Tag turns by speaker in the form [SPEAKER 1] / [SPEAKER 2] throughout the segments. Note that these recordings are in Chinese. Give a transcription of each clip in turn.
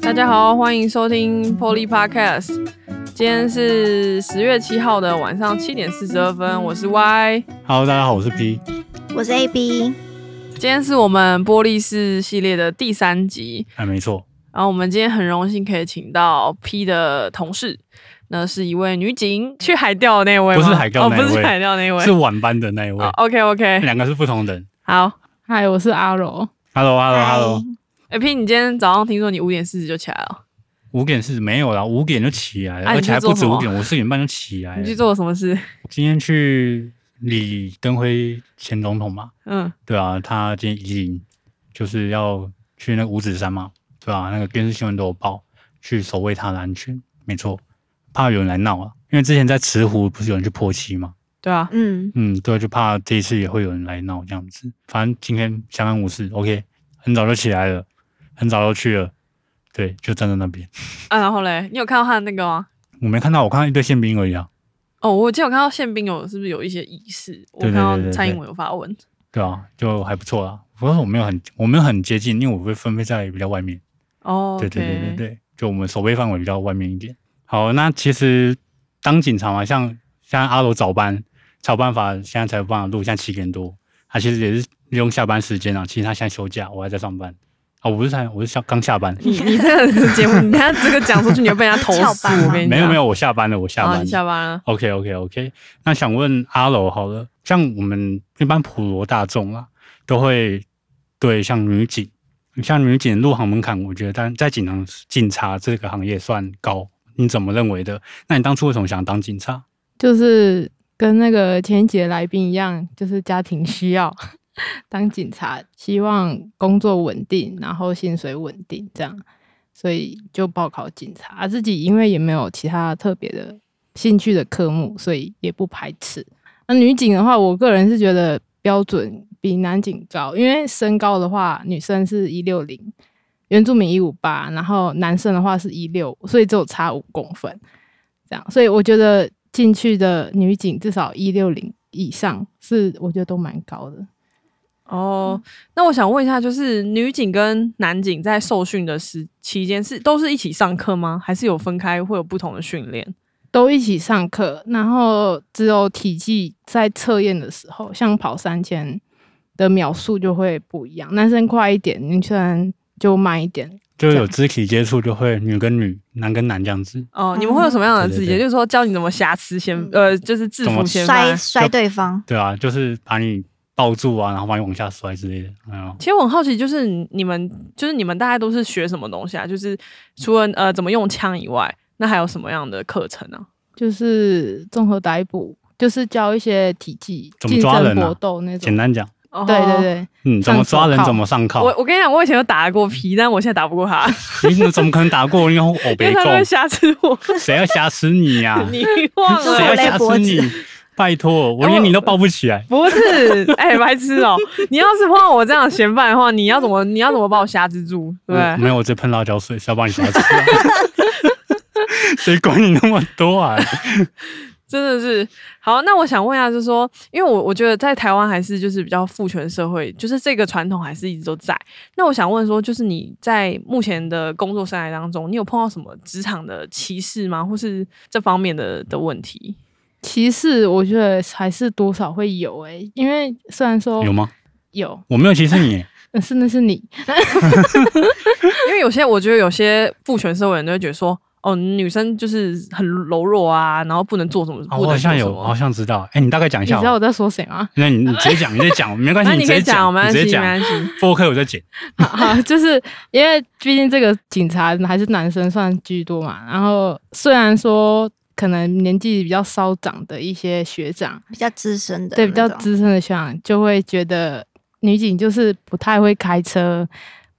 [SPEAKER 1] 大家好，欢迎收听 Polly Podcast。今天是十月七号的晚上七点四十二分，我是 Y。
[SPEAKER 2] Hello，大家好，我是 P。
[SPEAKER 3] 我是 AB，
[SPEAKER 1] 今天是我们玻璃室系列的第三集，
[SPEAKER 2] 哎，没错，
[SPEAKER 1] 然后我们今天很荣幸可以请到 P 的同事，那是一位女警，去海钓的那位吗
[SPEAKER 2] 不是海钓
[SPEAKER 1] 哦，
[SPEAKER 2] 那一
[SPEAKER 1] 不
[SPEAKER 2] 位
[SPEAKER 1] 是海钓那一位，
[SPEAKER 2] 是晚班的那一位，
[SPEAKER 1] OK OK，
[SPEAKER 2] 两个是不同人。
[SPEAKER 1] 好。
[SPEAKER 4] 嗨，我是阿柔。
[SPEAKER 2] Hello，Hello，Hello，
[SPEAKER 1] 哎、p 你今天早上听说你五点四十就起来了，
[SPEAKER 2] 五点是没有啦，五点就起来了，
[SPEAKER 1] 啊
[SPEAKER 2] 而
[SPEAKER 1] 你去
[SPEAKER 2] 且还不
[SPEAKER 1] 做
[SPEAKER 2] 止
[SPEAKER 1] 什么
[SPEAKER 2] 五点，我四点半就起来
[SPEAKER 1] 你去
[SPEAKER 2] 了。
[SPEAKER 1] 做了什么事？
[SPEAKER 2] 今天去李登辉前总统嘛，
[SPEAKER 1] 嗯，
[SPEAKER 2] 对啊，他今天移民就是要去那个五指山嘛，对啊，那个电视新闻都有报，去守卫他的安全，没错，怕有人来闹啊，因为之前在慈湖不是有人去泼漆嘛，
[SPEAKER 1] 对啊，
[SPEAKER 3] 嗯，
[SPEAKER 2] 嗯，对，就怕这一次也会有人来闹这样子。反正今天相安无事，OK，很早就起来了，很早就去了，对，就站在那边。
[SPEAKER 1] 啊，然后嘞，你有看到他的那个吗？
[SPEAKER 2] 我没看到，我看到一堆宪兵而已啊，
[SPEAKER 1] 哦，我记得我看到宪兵有是不是有一些仪式？我
[SPEAKER 2] 对
[SPEAKER 1] 看
[SPEAKER 2] 对
[SPEAKER 1] 到
[SPEAKER 2] 对对
[SPEAKER 1] 蔡英
[SPEAKER 2] 对
[SPEAKER 1] 文有发文，
[SPEAKER 2] 对啊，就还不错啦。不过我没有很，我没有很接近，因为我被分配在比较外面。
[SPEAKER 1] 哦，
[SPEAKER 2] 对对对对，对，就我们守备范围比较外面一点。好，那其实当警察嘛，像像阿罗早班才有办法，现在才有办法录，现在七点多，他其实也是利用下班时间啊。其实他现在休假，我还在上班啊，我不是才，我是下刚下班。
[SPEAKER 1] 你你这个是节目，你看这个讲出去，你会被人家投
[SPEAKER 3] 翘
[SPEAKER 1] 诉。
[SPEAKER 3] 班吗
[SPEAKER 1] 我跟你讲，
[SPEAKER 2] 没有没
[SPEAKER 1] 有，
[SPEAKER 2] 有，我下班了，我下
[SPEAKER 1] 啊，
[SPEAKER 2] 班
[SPEAKER 1] 你
[SPEAKER 2] 了。
[SPEAKER 1] 下班了，
[SPEAKER 2] OK OK OK，那想问阿楼好了，像我们一般普罗大众啊，都会对像女警，像女警入行门槛，我觉得但在警察警察这个行业算高，你怎么认为的？那你当初为什么想当警察？
[SPEAKER 4] 就是跟那个前一节来宾一样，就是家庭需要 当警察，希望工作稳定，然后薪水稳定，这样，所以就报考警察。啊自己因为也没有其他特别的兴趣的科目，所以也不排斥。那女警的话，我个人是觉得标准比男警高，因为身高的话，女生是一六零，原住民一五八，然后男生的话是一六，所以只有差五公分。这样，所以我觉得进去的女警至少一六零以上是，我觉得都蛮高的。
[SPEAKER 1] 哦，那我想问一下，就是女警跟男警在受训的时期间是都是一起上课吗？还是有分开会有不同的训练？
[SPEAKER 4] 都一起上课，然后只有体技在测验的时候，像跑三千的秒数就会不一样，男生快一点，女生就慢一点。
[SPEAKER 2] 就有肢体接触，就会女跟女、男跟男这样子。
[SPEAKER 1] 哦，你们会有什么样的
[SPEAKER 2] 对对
[SPEAKER 1] 自己？
[SPEAKER 2] 对
[SPEAKER 1] 就是说教你怎么瑕疵先，呃，就是制
[SPEAKER 2] 怎
[SPEAKER 1] 服
[SPEAKER 2] 么
[SPEAKER 1] 先
[SPEAKER 3] 摔
[SPEAKER 1] 翻。
[SPEAKER 3] 摔对方，
[SPEAKER 2] 对啊，就是把你抱住啊，然后把你往下摔之类的。嗯，
[SPEAKER 1] 其实我很好奇，就是你们，就是你们大概都是学什么东西啊？就是除了呃怎么用枪以外，那还有什么样的课程啊呢、
[SPEAKER 4] 就是综合逮捕，就是教一些体技、
[SPEAKER 2] 怎么
[SPEAKER 4] 竞
[SPEAKER 2] 抓人
[SPEAKER 4] 争
[SPEAKER 2] 啊
[SPEAKER 4] 搏斗那
[SPEAKER 2] 简
[SPEAKER 4] 种。
[SPEAKER 2] 单讲，
[SPEAKER 1] 啊？
[SPEAKER 4] 对对对，
[SPEAKER 2] 嗯，怎么抓人，
[SPEAKER 4] 上手铐
[SPEAKER 2] 怎么上铐
[SPEAKER 1] 哦我，我跟你讲，我以前有打得过皮，但我现在打不过他，
[SPEAKER 2] 你怎么可能打过？因为我
[SPEAKER 1] 因
[SPEAKER 2] 别
[SPEAKER 1] 为他都会
[SPEAKER 2] 中，
[SPEAKER 1] 瑕疵我。
[SPEAKER 2] 谁要挟持你呀、
[SPEAKER 1] 你忘
[SPEAKER 3] 是
[SPEAKER 2] 谁
[SPEAKER 3] 我
[SPEAKER 2] 要
[SPEAKER 1] 了？
[SPEAKER 3] 勒
[SPEAKER 2] 瑕
[SPEAKER 3] 脖
[SPEAKER 2] 疵你
[SPEAKER 3] 子？
[SPEAKER 2] 拜托，我连你都抱不起来。
[SPEAKER 1] 不是，哎、白痴哦、你要是碰到我这样的嫌犯的话，你要怎么，你要怎么把我挟制住？对不
[SPEAKER 2] 我
[SPEAKER 1] 对？
[SPEAKER 2] 没有，我直接喷辣椒水，是要帮你瑕疵啊。谁管你那么多 啊？
[SPEAKER 1] 真的是好。那我想问一下，就是说，因为我我觉得在台湾还是就是比较父权社会，就是这个传统还是一直都在。那我想问说，就是你在目前的工作生涯当中，你有碰到什么职场的歧视吗？或是这方面的的问题？
[SPEAKER 4] 歧视我觉得还是多少会有诶、因为虽然说
[SPEAKER 2] 有吗？
[SPEAKER 4] 有，
[SPEAKER 2] 我没有歧视你，
[SPEAKER 4] 但是那是你，
[SPEAKER 1] 因为有些我觉得有些父权社会人都会觉得说，哦，女生就是很柔弱啊，然后不能做什么，
[SPEAKER 2] 啊
[SPEAKER 1] 不
[SPEAKER 2] 我
[SPEAKER 1] 能
[SPEAKER 2] 好
[SPEAKER 1] 做
[SPEAKER 2] 像
[SPEAKER 1] 什
[SPEAKER 2] 有，我好
[SPEAKER 1] 么。
[SPEAKER 2] 像知道。哎，你大概讲一
[SPEAKER 4] 你
[SPEAKER 2] 下
[SPEAKER 4] 知道我
[SPEAKER 2] 哦。
[SPEAKER 4] 在说谁吗？
[SPEAKER 2] 那你你直 接讲，你直接讲，没关系，
[SPEAKER 1] 那你
[SPEAKER 2] 直
[SPEAKER 1] 可以
[SPEAKER 2] 接
[SPEAKER 1] 讲，没
[SPEAKER 2] 你
[SPEAKER 1] 关
[SPEAKER 2] 直
[SPEAKER 1] 系，
[SPEAKER 2] 接
[SPEAKER 1] 没
[SPEAKER 2] 讲
[SPEAKER 1] 关。系。
[SPEAKER 2] 播客我在剪，
[SPEAKER 4] 好， 就是因为毕竟这个警察还是男生算居多嘛。然后虽然说可能年纪比较稍长的一些学长，
[SPEAKER 3] 比较资深的，
[SPEAKER 4] 对比较，资深的学长就会觉得女警就是不太会开车，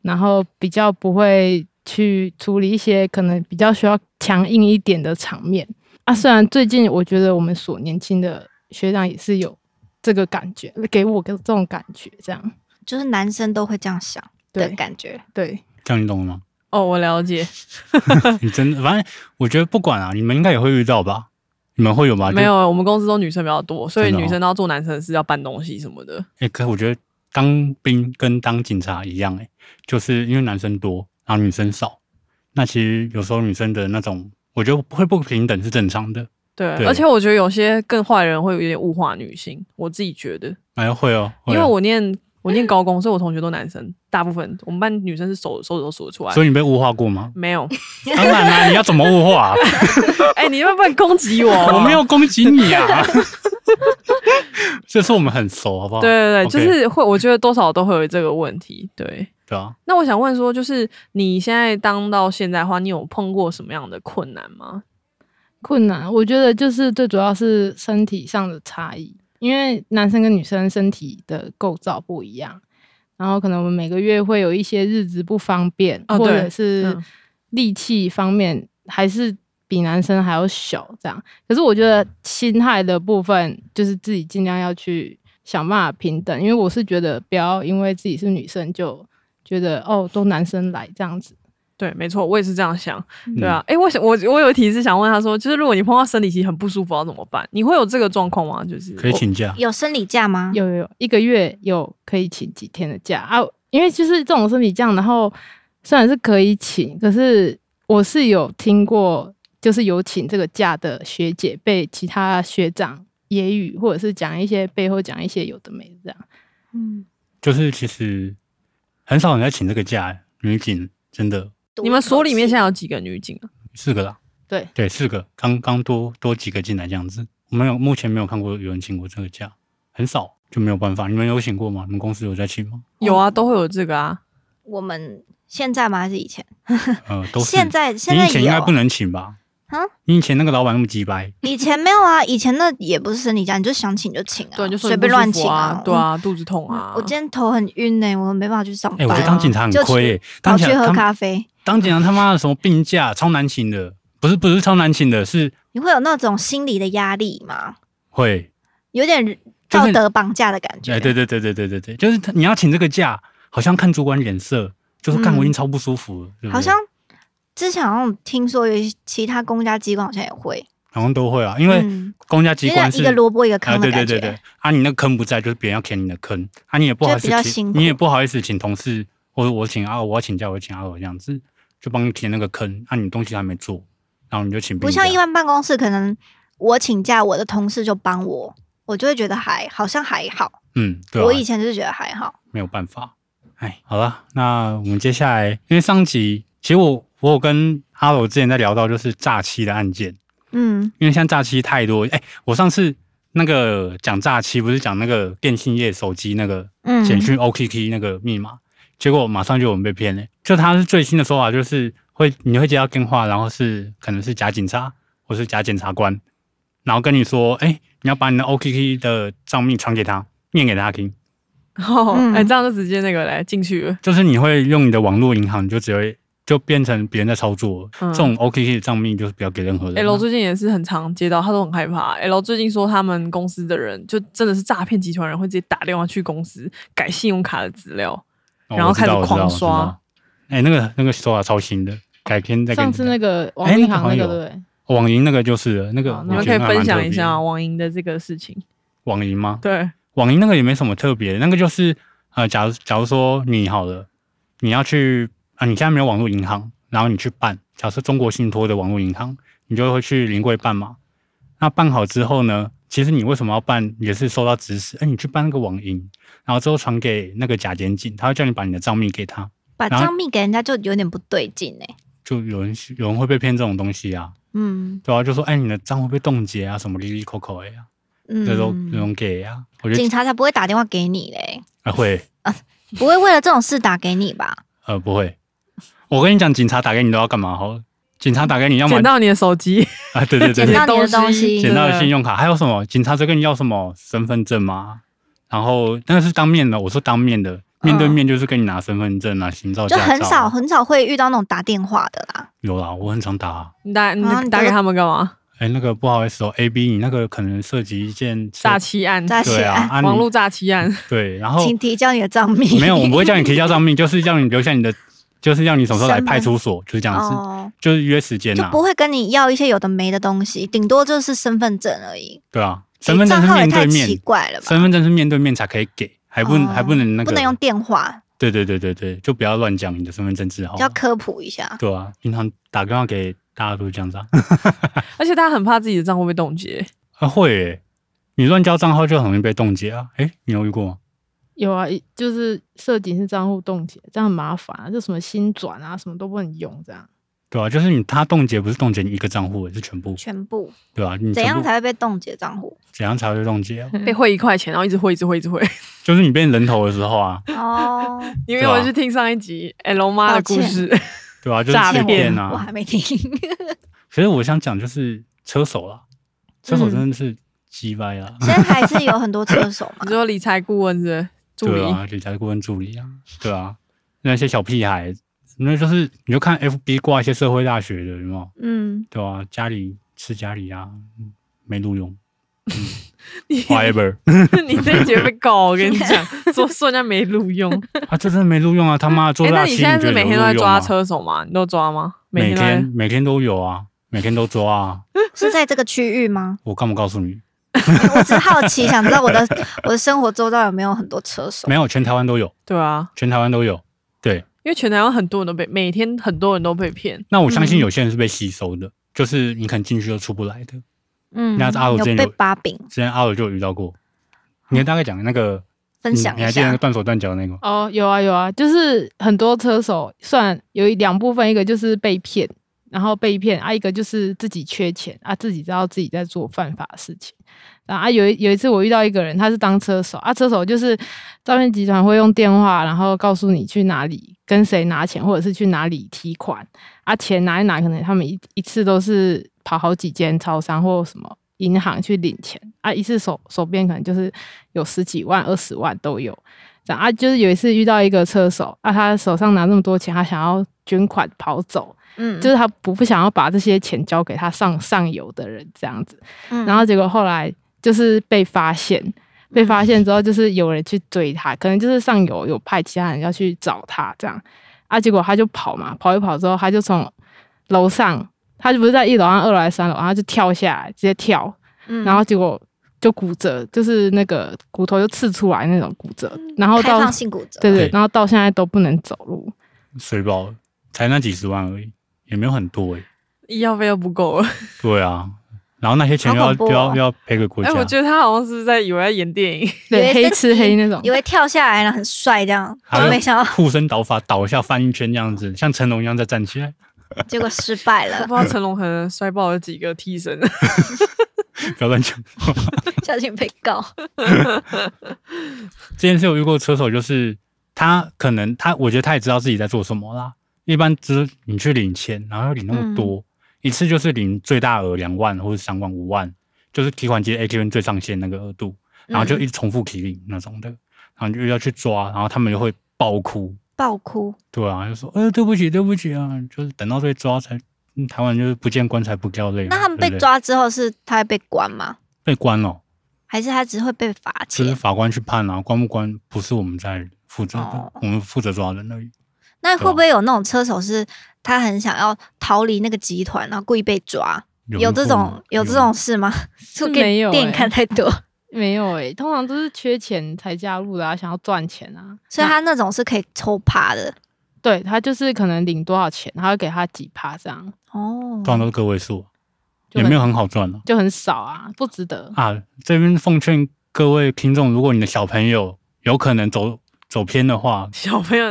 [SPEAKER 4] 然后比较不会去处理一些可能比较需要强硬一点的场面
[SPEAKER 3] 嗯
[SPEAKER 4] 啊。虽然最近我觉得我们所年轻的学长也是有这个感觉，给我个这种感觉，这样
[SPEAKER 3] 就是男生都会这样想的
[SPEAKER 4] 对
[SPEAKER 3] 感觉，
[SPEAKER 4] 对。
[SPEAKER 2] 这样你懂了吗？
[SPEAKER 1] 哦，我了解，
[SPEAKER 2] 你真的，反正我觉得不管啊，你们应该也会遇到吧？你们会有啊吗？就
[SPEAKER 1] 没。有，我们公司都女生比较多，所以
[SPEAKER 2] 真的哦
[SPEAKER 1] 女生都要做男生的事，要搬东西什么的。
[SPEAKER 2] 哎，可我觉得欸当兵跟当警察一样，哎，就是因为男生多，然后女生少，那其实有时候女生的那种，我觉得会不平等是正常的，
[SPEAKER 1] 对，
[SPEAKER 2] 对
[SPEAKER 1] 而且我觉得有些更坏的人会有点物化女性，我自己觉得，
[SPEAKER 2] 哎，会哦，会
[SPEAKER 1] 因
[SPEAKER 2] 哦
[SPEAKER 1] 为我念我念高工，所以我同学都男生，大部分我们班女生是手手指都数得出来。？
[SPEAKER 2] 所以你被物化过吗
[SPEAKER 1] 没有，
[SPEAKER 2] 当然啦、你要怎么物 化、啊
[SPEAKER 1] 哎、你要不要攻击我？
[SPEAKER 2] 我没有攻击你啊， 这是我们很熟，好不好？
[SPEAKER 1] 对对对
[SPEAKER 2] 哦 OK，
[SPEAKER 1] 就是会，我觉得多少都会有这个问题。对，
[SPEAKER 2] 对啊，
[SPEAKER 1] 那我想问说，就是你现在当到现在的话，你有碰过什么样的困难吗？
[SPEAKER 4] 困难，我觉得就是最主要是身体上的差异，因为男生跟女生身体的构造不一样，然后可能我们每个月会有一些日子不方便，
[SPEAKER 1] 哦
[SPEAKER 4] 或
[SPEAKER 1] 对
[SPEAKER 4] 者是
[SPEAKER 1] 嗯
[SPEAKER 4] 力气方面还是比男生还要小这样。可是我觉得心态的部分，就是自己尽量要去想办法平等，因为我是觉得不要因为自己是女生就觉得哦都男生来这样子，
[SPEAKER 1] 对，没错，我也是这样想。对
[SPEAKER 2] 嗯
[SPEAKER 1] 啊，哎、我想我我有一题是想问他说，就是如果你碰到生理期很不舒服要怎么办？你会有这个状况吗？就是
[SPEAKER 2] 可以请假。
[SPEAKER 3] 有生理假吗？
[SPEAKER 4] 有有有，一个月有可以请几天的假啊？因为就是这种身体假，然后虽然是可以请，可是我是有听过，就是有请这个假的学姐被其他学长揶揄，或者是讲一些背后讲一些有的没的这样。
[SPEAKER 3] 嗯，
[SPEAKER 2] 就是其实很少人在请这个假，欸女警真的
[SPEAKER 3] 赌
[SPEAKER 1] 你们
[SPEAKER 3] 一口
[SPEAKER 1] 所里面
[SPEAKER 3] 气
[SPEAKER 1] 现在有几个女警啊？
[SPEAKER 3] 哦
[SPEAKER 2] 四个啦，
[SPEAKER 4] 对
[SPEAKER 2] 对，四个，刚刚多多几个进来这样子，我没有目前没有看过有人请过这个假，很少就没有办法。你们有请过吗？你们公司有在请吗？
[SPEAKER 1] 有啊，都会有这个啊。
[SPEAKER 3] 我们现在吗？还是以前？
[SPEAKER 2] 呃，都是。
[SPEAKER 3] 现在现
[SPEAKER 2] 你
[SPEAKER 3] 在
[SPEAKER 2] 以前
[SPEAKER 3] 也
[SPEAKER 2] 应该
[SPEAKER 3] 有
[SPEAKER 2] 不。能请吧？
[SPEAKER 3] 啊，
[SPEAKER 2] 你以前那个老板那么鸡掰，
[SPEAKER 3] 以前没有啊，以前那也不是生理假，你就想请就请啊，
[SPEAKER 1] 对，你就说你
[SPEAKER 3] 随
[SPEAKER 1] 不
[SPEAKER 3] 便乱
[SPEAKER 1] 舒服
[SPEAKER 3] 请
[SPEAKER 1] 啊，对。啊，肚子痛
[SPEAKER 3] 嗯
[SPEAKER 1] 啊。
[SPEAKER 3] 我今天头很晕呢、我没办法去上
[SPEAKER 2] 哎、
[SPEAKER 3] 班。
[SPEAKER 2] 我觉得当警察很
[SPEAKER 3] 啊就
[SPEAKER 2] 亏、
[SPEAKER 3] 去
[SPEAKER 2] 欸，当警
[SPEAKER 3] 去
[SPEAKER 2] 察
[SPEAKER 3] 喝
[SPEAKER 2] 他
[SPEAKER 3] 咖啡。
[SPEAKER 2] 当警察他妈的什么病假超难请的，不是不是超难请的，是
[SPEAKER 3] 你会有那种心理的压力吗？
[SPEAKER 2] 会，
[SPEAKER 3] 有点
[SPEAKER 2] 就
[SPEAKER 3] 道
[SPEAKER 2] 是
[SPEAKER 3] 德绑架的感
[SPEAKER 2] 哎、
[SPEAKER 3] 觉。
[SPEAKER 2] 对对对对对对对，就是他你要请这个假，好像看主管脸色，就是干
[SPEAKER 3] 嗯
[SPEAKER 2] 我已经超不舒服了，对不对
[SPEAKER 3] 好像之前好像听说有一些其他公家机关好像也会，
[SPEAKER 2] 好像都会啊，因为
[SPEAKER 3] 嗯
[SPEAKER 2] 公家机
[SPEAKER 3] 有点
[SPEAKER 2] 关是
[SPEAKER 3] 一个萝卜一个
[SPEAKER 2] 啊，
[SPEAKER 3] 坑的
[SPEAKER 2] 对对
[SPEAKER 3] 感觉。
[SPEAKER 2] 对对，啊，你那个坑不在，就是别人要填你的坑，啊，你也不好意
[SPEAKER 3] 就比较
[SPEAKER 2] 思
[SPEAKER 3] 辛
[SPEAKER 2] 请，
[SPEAKER 3] 苦
[SPEAKER 2] 你也不好意思请同事，我我请啊，我要请假，我要请啊，我这样子就帮你填那个坑，啊，你东西还没做，然后你就请
[SPEAKER 3] 不
[SPEAKER 2] 病假
[SPEAKER 3] 像一般办公室，可能我请假，我的同事就帮我，我就会觉得还好像还好。
[SPEAKER 2] 嗯，对、啊，
[SPEAKER 3] 我以前就是觉得还好。
[SPEAKER 2] 没有办法。哎，好了，那我们接下来，因为上集其实我我有跟阿柔之前在聊到就是诈欺的案件，
[SPEAKER 3] 嗯，
[SPEAKER 2] 因为像诈欺太多。哎，我上次那个讲诈欺，不是讲那个电信业手机那个
[SPEAKER 3] 嗯
[SPEAKER 2] 简讯 OKK 那个密码，结果马上就有人被骗嘞。就他是最新的说法，就是会你会接到电话，然后是可能是假警察或是假检察官，然后跟你说，哎，你要把你的 OKK 的账密传给他，念给他听。
[SPEAKER 1] 哦，哎、
[SPEAKER 3] 嗯
[SPEAKER 1] 这样就直接那个嘞进去了。
[SPEAKER 2] 就是你会用你的网络银行，你就只会就变成别人在操作了。
[SPEAKER 1] 嗯哎
[SPEAKER 2] 这种 OKK 的账密就是不要给任何人啊。
[SPEAKER 1] L
[SPEAKER 3] 嗯
[SPEAKER 1] 最近也是很常接到，他都很害怕。L 最近说他们公司的人就真的是诈骗集团人，会直接打电话去公司改信用卡的资料。
[SPEAKER 2] 哦
[SPEAKER 1] 然后开始
[SPEAKER 2] 我知道
[SPEAKER 1] 狂
[SPEAKER 2] 我知道
[SPEAKER 1] 刷
[SPEAKER 2] 我知道哎，那个那个手法超新的，改天再跟
[SPEAKER 4] 上
[SPEAKER 2] 你
[SPEAKER 4] 次那个王
[SPEAKER 2] 哎
[SPEAKER 4] 银
[SPEAKER 2] 那个
[SPEAKER 4] 行
[SPEAKER 2] 好
[SPEAKER 4] 那
[SPEAKER 2] 像
[SPEAKER 4] 个
[SPEAKER 2] 有
[SPEAKER 4] 对不对？
[SPEAKER 2] 网银那个就是那个
[SPEAKER 4] 好，
[SPEAKER 1] 你
[SPEAKER 2] 我
[SPEAKER 1] 们
[SPEAKER 2] 觉
[SPEAKER 1] 可以
[SPEAKER 2] 得那个
[SPEAKER 1] 分
[SPEAKER 2] 蛮特
[SPEAKER 1] 享
[SPEAKER 2] 别
[SPEAKER 1] 一
[SPEAKER 2] 的
[SPEAKER 1] 下哦吗王莹的这个事情。
[SPEAKER 2] 网银吗？
[SPEAKER 1] 对，
[SPEAKER 2] 网银那个也没什么特别的，那个就是呃，假如假如说你好了，你要去啊、你现在没有网络银行，然后你去办，假设中国信托的网络银行，你就会去临柜办嘛。那办好之后呢，其实你为什么要办，也是收到指使，哎、你去办那个网银，然后之后传给那个假检警，他会叫你把你的账密给他，
[SPEAKER 3] 把
[SPEAKER 2] 然后
[SPEAKER 3] 账密给人家就有点不对劲哎、
[SPEAKER 2] 就有人有人会被骗这种东西啊，
[SPEAKER 3] 嗯
[SPEAKER 2] 对啊，就说哎、你的账会被冻结啊，什么哩哩扣扣的呀、
[SPEAKER 3] 嗯，
[SPEAKER 2] 这种这种给啊，我觉
[SPEAKER 3] 警
[SPEAKER 2] 得
[SPEAKER 3] 察才不会打电话给你嘞，
[SPEAKER 2] 啊会。
[SPEAKER 3] 不会为了这种事打给 你吧？
[SPEAKER 2] 呃，不会。我跟你讲，警察打给你都要干嘛？好了，警察打给你要么
[SPEAKER 1] 捡到你的手机，
[SPEAKER 2] 啊，对对对
[SPEAKER 3] 捡
[SPEAKER 2] 对
[SPEAKER 3] 到，你的东西
[SPEAKER 2] 捡
[SPEAKER 1] 真
[SPEAKER 2] 到的信用卡，还有什么？警察在跟你要什么身份证吗？然后那个是当面的，我说当面的，面对面就是跟你拿身份证啊、行照、驾
[SPEAKER 3] 嗯就
[SPEAKER 2] 照啊
[SPEAKER 3] 很少很少会遇到那种打电话的啦。
[SPEAKER 2] 有啦，我很常打、啊。
[SPEAKER 1] 你打你
[SPEAKER 3] 啊你
[SPEAKER 1] 打给
[SPEAKER 3] 都
[SPEAKER 1] 他们干嘛？
[SPEAKER 2] 哎，那个不好意思哦，A B，你那个可能涉及一件
[SPEAKER 1] 诈，欺案，
[SPEAKER 3] 诈欺
[SPEAKER 2] 对啊，啊
[SPEAKER 1] 网
[SPEAKER 2] 你
[SPEAKER 1] 络诈欺案。
[SPEAKER 2] 对，然后
[SPEAKER 3] 请提交你的账密。
[SPEAKER 2] 哦没有，我们不会叫你提 交账密，就是叫你留下你的，就是要你什么时候来
[SPEAKER 3] 身份
[SPEAKER 2] 派出所，就是这样子，
[SPEAKER 3] 哦，
[SPEAKER 2] 就是约时间
[SPEAKER 3] 就
[SPEAKER 2] 呐、啊
[SPEAKER 3] 不，会跟你要一些有的没的东西，顶多就是身份证而已。
[SPEAKER 2] 对啊，身份证
[SPEAKER 3] 账
[SPEAKER 2] 是
[SPEAKER 3] 号也
[SPEAKER 2] 面对
[SPEAKER 3] 太
[SPEAKER 2] 面
[SPEAKER 3] 奇，怪了吧？
[SPEAKER 2] 身份证是面对面才可以给，还不、
[SPEAKER 3] 哦
[SPEAKER 2] 还不能那个，
[SPEAKER 3] 不能用电话
[SPEAKER 2] 对对对对对，就不要乱讲你的身份证字号
[SPEAKER 3] 要
[SPEAKER 2] 啊。
[SPEAKER 3] 科普一下。
[SPEAKER 2] 对啊，平常打电话给大家都是这样子啊。
[SPEAKER 1] 而且他很怕自己的账户被冻结。
[SPEAKER 2] 啊会耶，你乱交账号就很容易被冻结啊。诶，你有遇过吗？
[SPEAKER 4] 有啊，一就是设警示账户冻结，这样很麻烦啊，就什么新转啊，什么都不能用这样。
[SPEAKER 2] 对啊，就是你他冻结不是冻结你一个账户，是全部，
[SPEAKER 3] 全部
[SPEAKER 2] 对啊，你
[SPEAKER 3] 怎
[SPEAKER 2] 全部
[SPEAKER 3] 样才会被冻结账 户？
[SPEAKER 2] 怎样才会冻结啊？
[SPEAKER 1] 被汇一块钱，然后一直汇，一直汇，一直汇。
[SPEAKER 2] 就是你变人头的时候啊，
[SPEAKER 3] 哦，
[SPEAKER 1] 你有没有去听上一集 L 妈的故事？
[SPEAKER 2] 对啊，就是
[SPEAKER 1] 诈
[SPEAKER 2] 被
[SPEAKER 1] 骗
[SPEAKER 2] 骗
[SPEAKER 3] 我
[SPEAKER 2] 啊。
[SPEAKER 3] 还没听。
[SPEAKER 2] 可是我想讲就是车手啦，车
[SPEAKER 3] 嗯
[SPEAKER 2] 手真的是鸡掰啦，
[SPEAKER 3] 现在还是有很多车手 嘛
[SPEAKER 1] 你，说理财顾问是不是助
[SPEAKER 2] 对
[SPEAKER 1] 理？
[SPEAKER 2] 啊，理财顾问助理啊，对啊，那些小屁孩，那就是你就看 FB 挂一些社会大学的，有没有？
[SPEAKER 3] 嗯，
[SPEAKER 2] 对啊，家里吃家里啊，嗯没 录用
[SPEAKER 1] 你
[SPEAKER 2] ，whatever
[SPEAKER 1] 你这一节被告，我 跟你讲，说说人家没录用。
[SPEAKER 2] 啊，这真的没录用啊，他妈做
[SPEAKER 1] 哎，那
[SPEAKER 2] 大
[SPEAKER 1] 你
[SPEAKER 2] 心
[SPEAKER 1] 现在
[SPEAKER 2] 觉
[SPEAKER 1] 是
[SPEAKER 2] 得
[SPEAKER 1] 每
[SPEAKER 2] 有
[SPEAKER 1] 天都
[SPEAKER 2] 录
[SPEAKER 1] 在
[SPEAKER 2] 用
[SPEAKER 1] 抓
[SPEAKER 2] 吗
[SPEAKER 1] 车手吗？你都抓吗？
[SPEAKER 2] 每
[SPEAKER 1] 天都在
[SPEAKER 2] 天每天都有啊，每天都抓啊，
[SPEAKER 3] 是在这个区域吗？哎
[SPEAKER 2] 我干嘛告诉你？
[SPEAKER 3] 我只是好奇，想知 道我的我的生活周遭有没有很多车手
[SPEAKER 2] 没。有，全台湾都有，
[SPEAKER 1] 对啊，
[SPEAKER 2] 全台湾都有。对，
[SPEAKER 1] 因为全台湾很多人都被，每天很多人都被骗。
[SPEAKER 2] 那我相信
[SPEAKER 3] 嗯
[SPEAKER 2] 有些人是被吸收的，就是你可能进去就出不来的。
[SPEAKER 3] 嗯
[SPEAKER 2] 那阿鲁
[SPEAKER 3] 有
[SPEAKER 2] 之前
[SPEAKER 3] 被
[SPEAKER 2] 有
[SPEAKER 3] 把柄
[SPEAKER 2] 之前阿尔就有遇到过，你可以大概讲那个
[SPEAKER 3] 分享
[SPEAKER 2] 你你
[SPEAKER 3] 一
[SPEAKER 2] 还记得那
[SPEAKER 3] 下
[SPEAKER 2] 个。断手断脚那个吗？
[SPEAKER 4] 哦，有啊有啊，就是很多车手算有一两部分，一个就是被骗，然后被骗啊，一个就是自己缺钱啊，自己知道自己在做犯法的事情。然后啊，有一有一次我遇到一个人，他是当车手啊，车手就是诈骗集团会用电话，然后告诉你去哪里跟谁拿钱，或者是去哪里提款啊，钱拿一拿，可能他们一一次都是跑好几间超商或什么银行去领钱啊，一次手手边可能就是有十几万、二十万都有。这样啊，就是有一次遇到一个车手啊，他手上拿那么多钱，他想要捐款跑走，
[SPEAKER 3] 嗯，
[SPEAKER 4] 就是他不不想要把这些钱交给他上上游的人这样子。
[SPEAKER 3] 嗯
[SPEAKER 4] 然后结果后来就是被发现，被发
[SPEAKER 3] 嗯
[SPEAKER 4] 现之后就是有人去追他，可能就是上游有派其他人要去找他这样啊，结果他就跑嘛，跑一跑之后他就从楼上，他就不是在一楼上、二楼还是三楼，然后他就跳下来，直接跳，
[SPEAKER 3] 嗯
[SPEAKER 4] 然后结果就骨折，就是那个骨头就刺出来那种骨折，然后
[SPEAKER 3] 嗯开
[SPEAKER 4] 到
[SPEAKER 3] 放性骨折，
[SPEAKER 4] 对对
[SPEAKER 2] 对，
[SPEAKER 4] 然后到现在都不能走路。
[SPEAKER 2] 水宝了才那几十万而已，也没有很多哎、
[SPEAKER 1] 医药费又不够了，
[SPEAKER 2] 对啊，然后那些钱又
[SPEAKER 3] 好
[SPEAKER 2] 要、
[SPEAKER 3] 恐
[SPEAKER 2] 又
[SPEAKER 3] 怖哦
[SPEAKER 2] 要又要赔给 国
[SPEAKER 1] 哎、
[SPEAKER 2] 家。
[SPEAKER 1] 我觉得他好像是不是在以为在演电 影，
[SPEAKER 3] 以为
[SPEAKER 4] 对，黑
[SPEAKER 3] 是
[SPEAKER 4] 吃黑那种
[SPEAKER 3] 以，为跳下来了很帅这样，
[SPEAKER 2] 还有
[SPEAKER 3] 没想到
[SPEAKER 2] 护身倒法倒一下翻一圈这样子，像成龙一样再站起来，
[SPEAKER 3] 结果失败
[SPEAKER 1] 我
[SPEAKER 3] 了
[SPEAKER 1] 不，知道成龙可能摔爆了几个替身。
[SPEAKER 2] 不要乱讲。
[SPEAKER 3] 小心被告。
[SPEAKER 2] 这件事有遇过车手，就是他可能他，我觉得他也知道自己在做什么啦。一般只是你去领钱，然后又领那
[SPEAKER 3] 嗯
[SPEAKER 2] 么多，一次就是领最大额两万或者三万、五万，就是提款机 ATM 最上限那个额度，然后
[SPEAKER 3] 嗯
[SPEAKER 2] 就一直重复提领那种的，然后就要去抓，然后他们就会爆哭，
[SPEAKER 3] 爆哭，
[SPEAKER 2] 对啊，就说呃对不起对不起啊，就是等到被抓才，嗯台湾就是不见棺材不掉泪嘛。
[SPEAKER 3] 那他们
[SPEAKER 2] 对
[SPEAKER 3] 被
[SPEAKER 2] 不对
[SPEAKER 3] 抓之后是他会被关吗？
[SPEAKER 2] 被关了，
[SPEAKER 3] 还是他只会被罚
[SPEAKER 2] 就是
[SPEAKER 3] 钱？
[SPEAKER 2] 法官去判啊，关不关不是我们在负责的，
[SPEAKER 3] 哦
[SPEAKER 2] 我们负责抓人而已。
[SPEAKER 3] 那会不会有那种车手是他很想要逃离那个集团，然后故意被抓？有
[SPEAKER 2] 遇
[SPEAKER 3] 这
[SPEAKER 2] 过
[SPEAKER 3] 种
[SPEAKER 2] 吗
[SPEAKER 3] 有这种事吗？ 是不是
[SPEAKER 4] 没有
[SPEAKER 3] 电影
[SPEAKER 4] 欸
[SPEAKER 3] 看太 多，
[SPEAKER 4] 没有诶、通常都是缺钱才加入的啊，想要赚钱啊，
[SPEAKER 3] 所以他那种是可以抽趴的
[SPEAKER 4] 对他就是可能领多少钱，他会给他几趴这样，
[SPEAKER 3] 哦。
[SPEAKER 2] 通常都是个位数，啊
[SPEAKER 4] 就
[SPEAKER 2] 也
[SPEAKER 4] 很
[SPEAKER 2] 没有很好赚了
[SPEAKER 4] 就很少啊，不值得。
[SPEAKER 2] 啊这边奉劝各位听众，如果你的小朋友有可能走走偏的话，
[SPEAKER 1] 小朋友，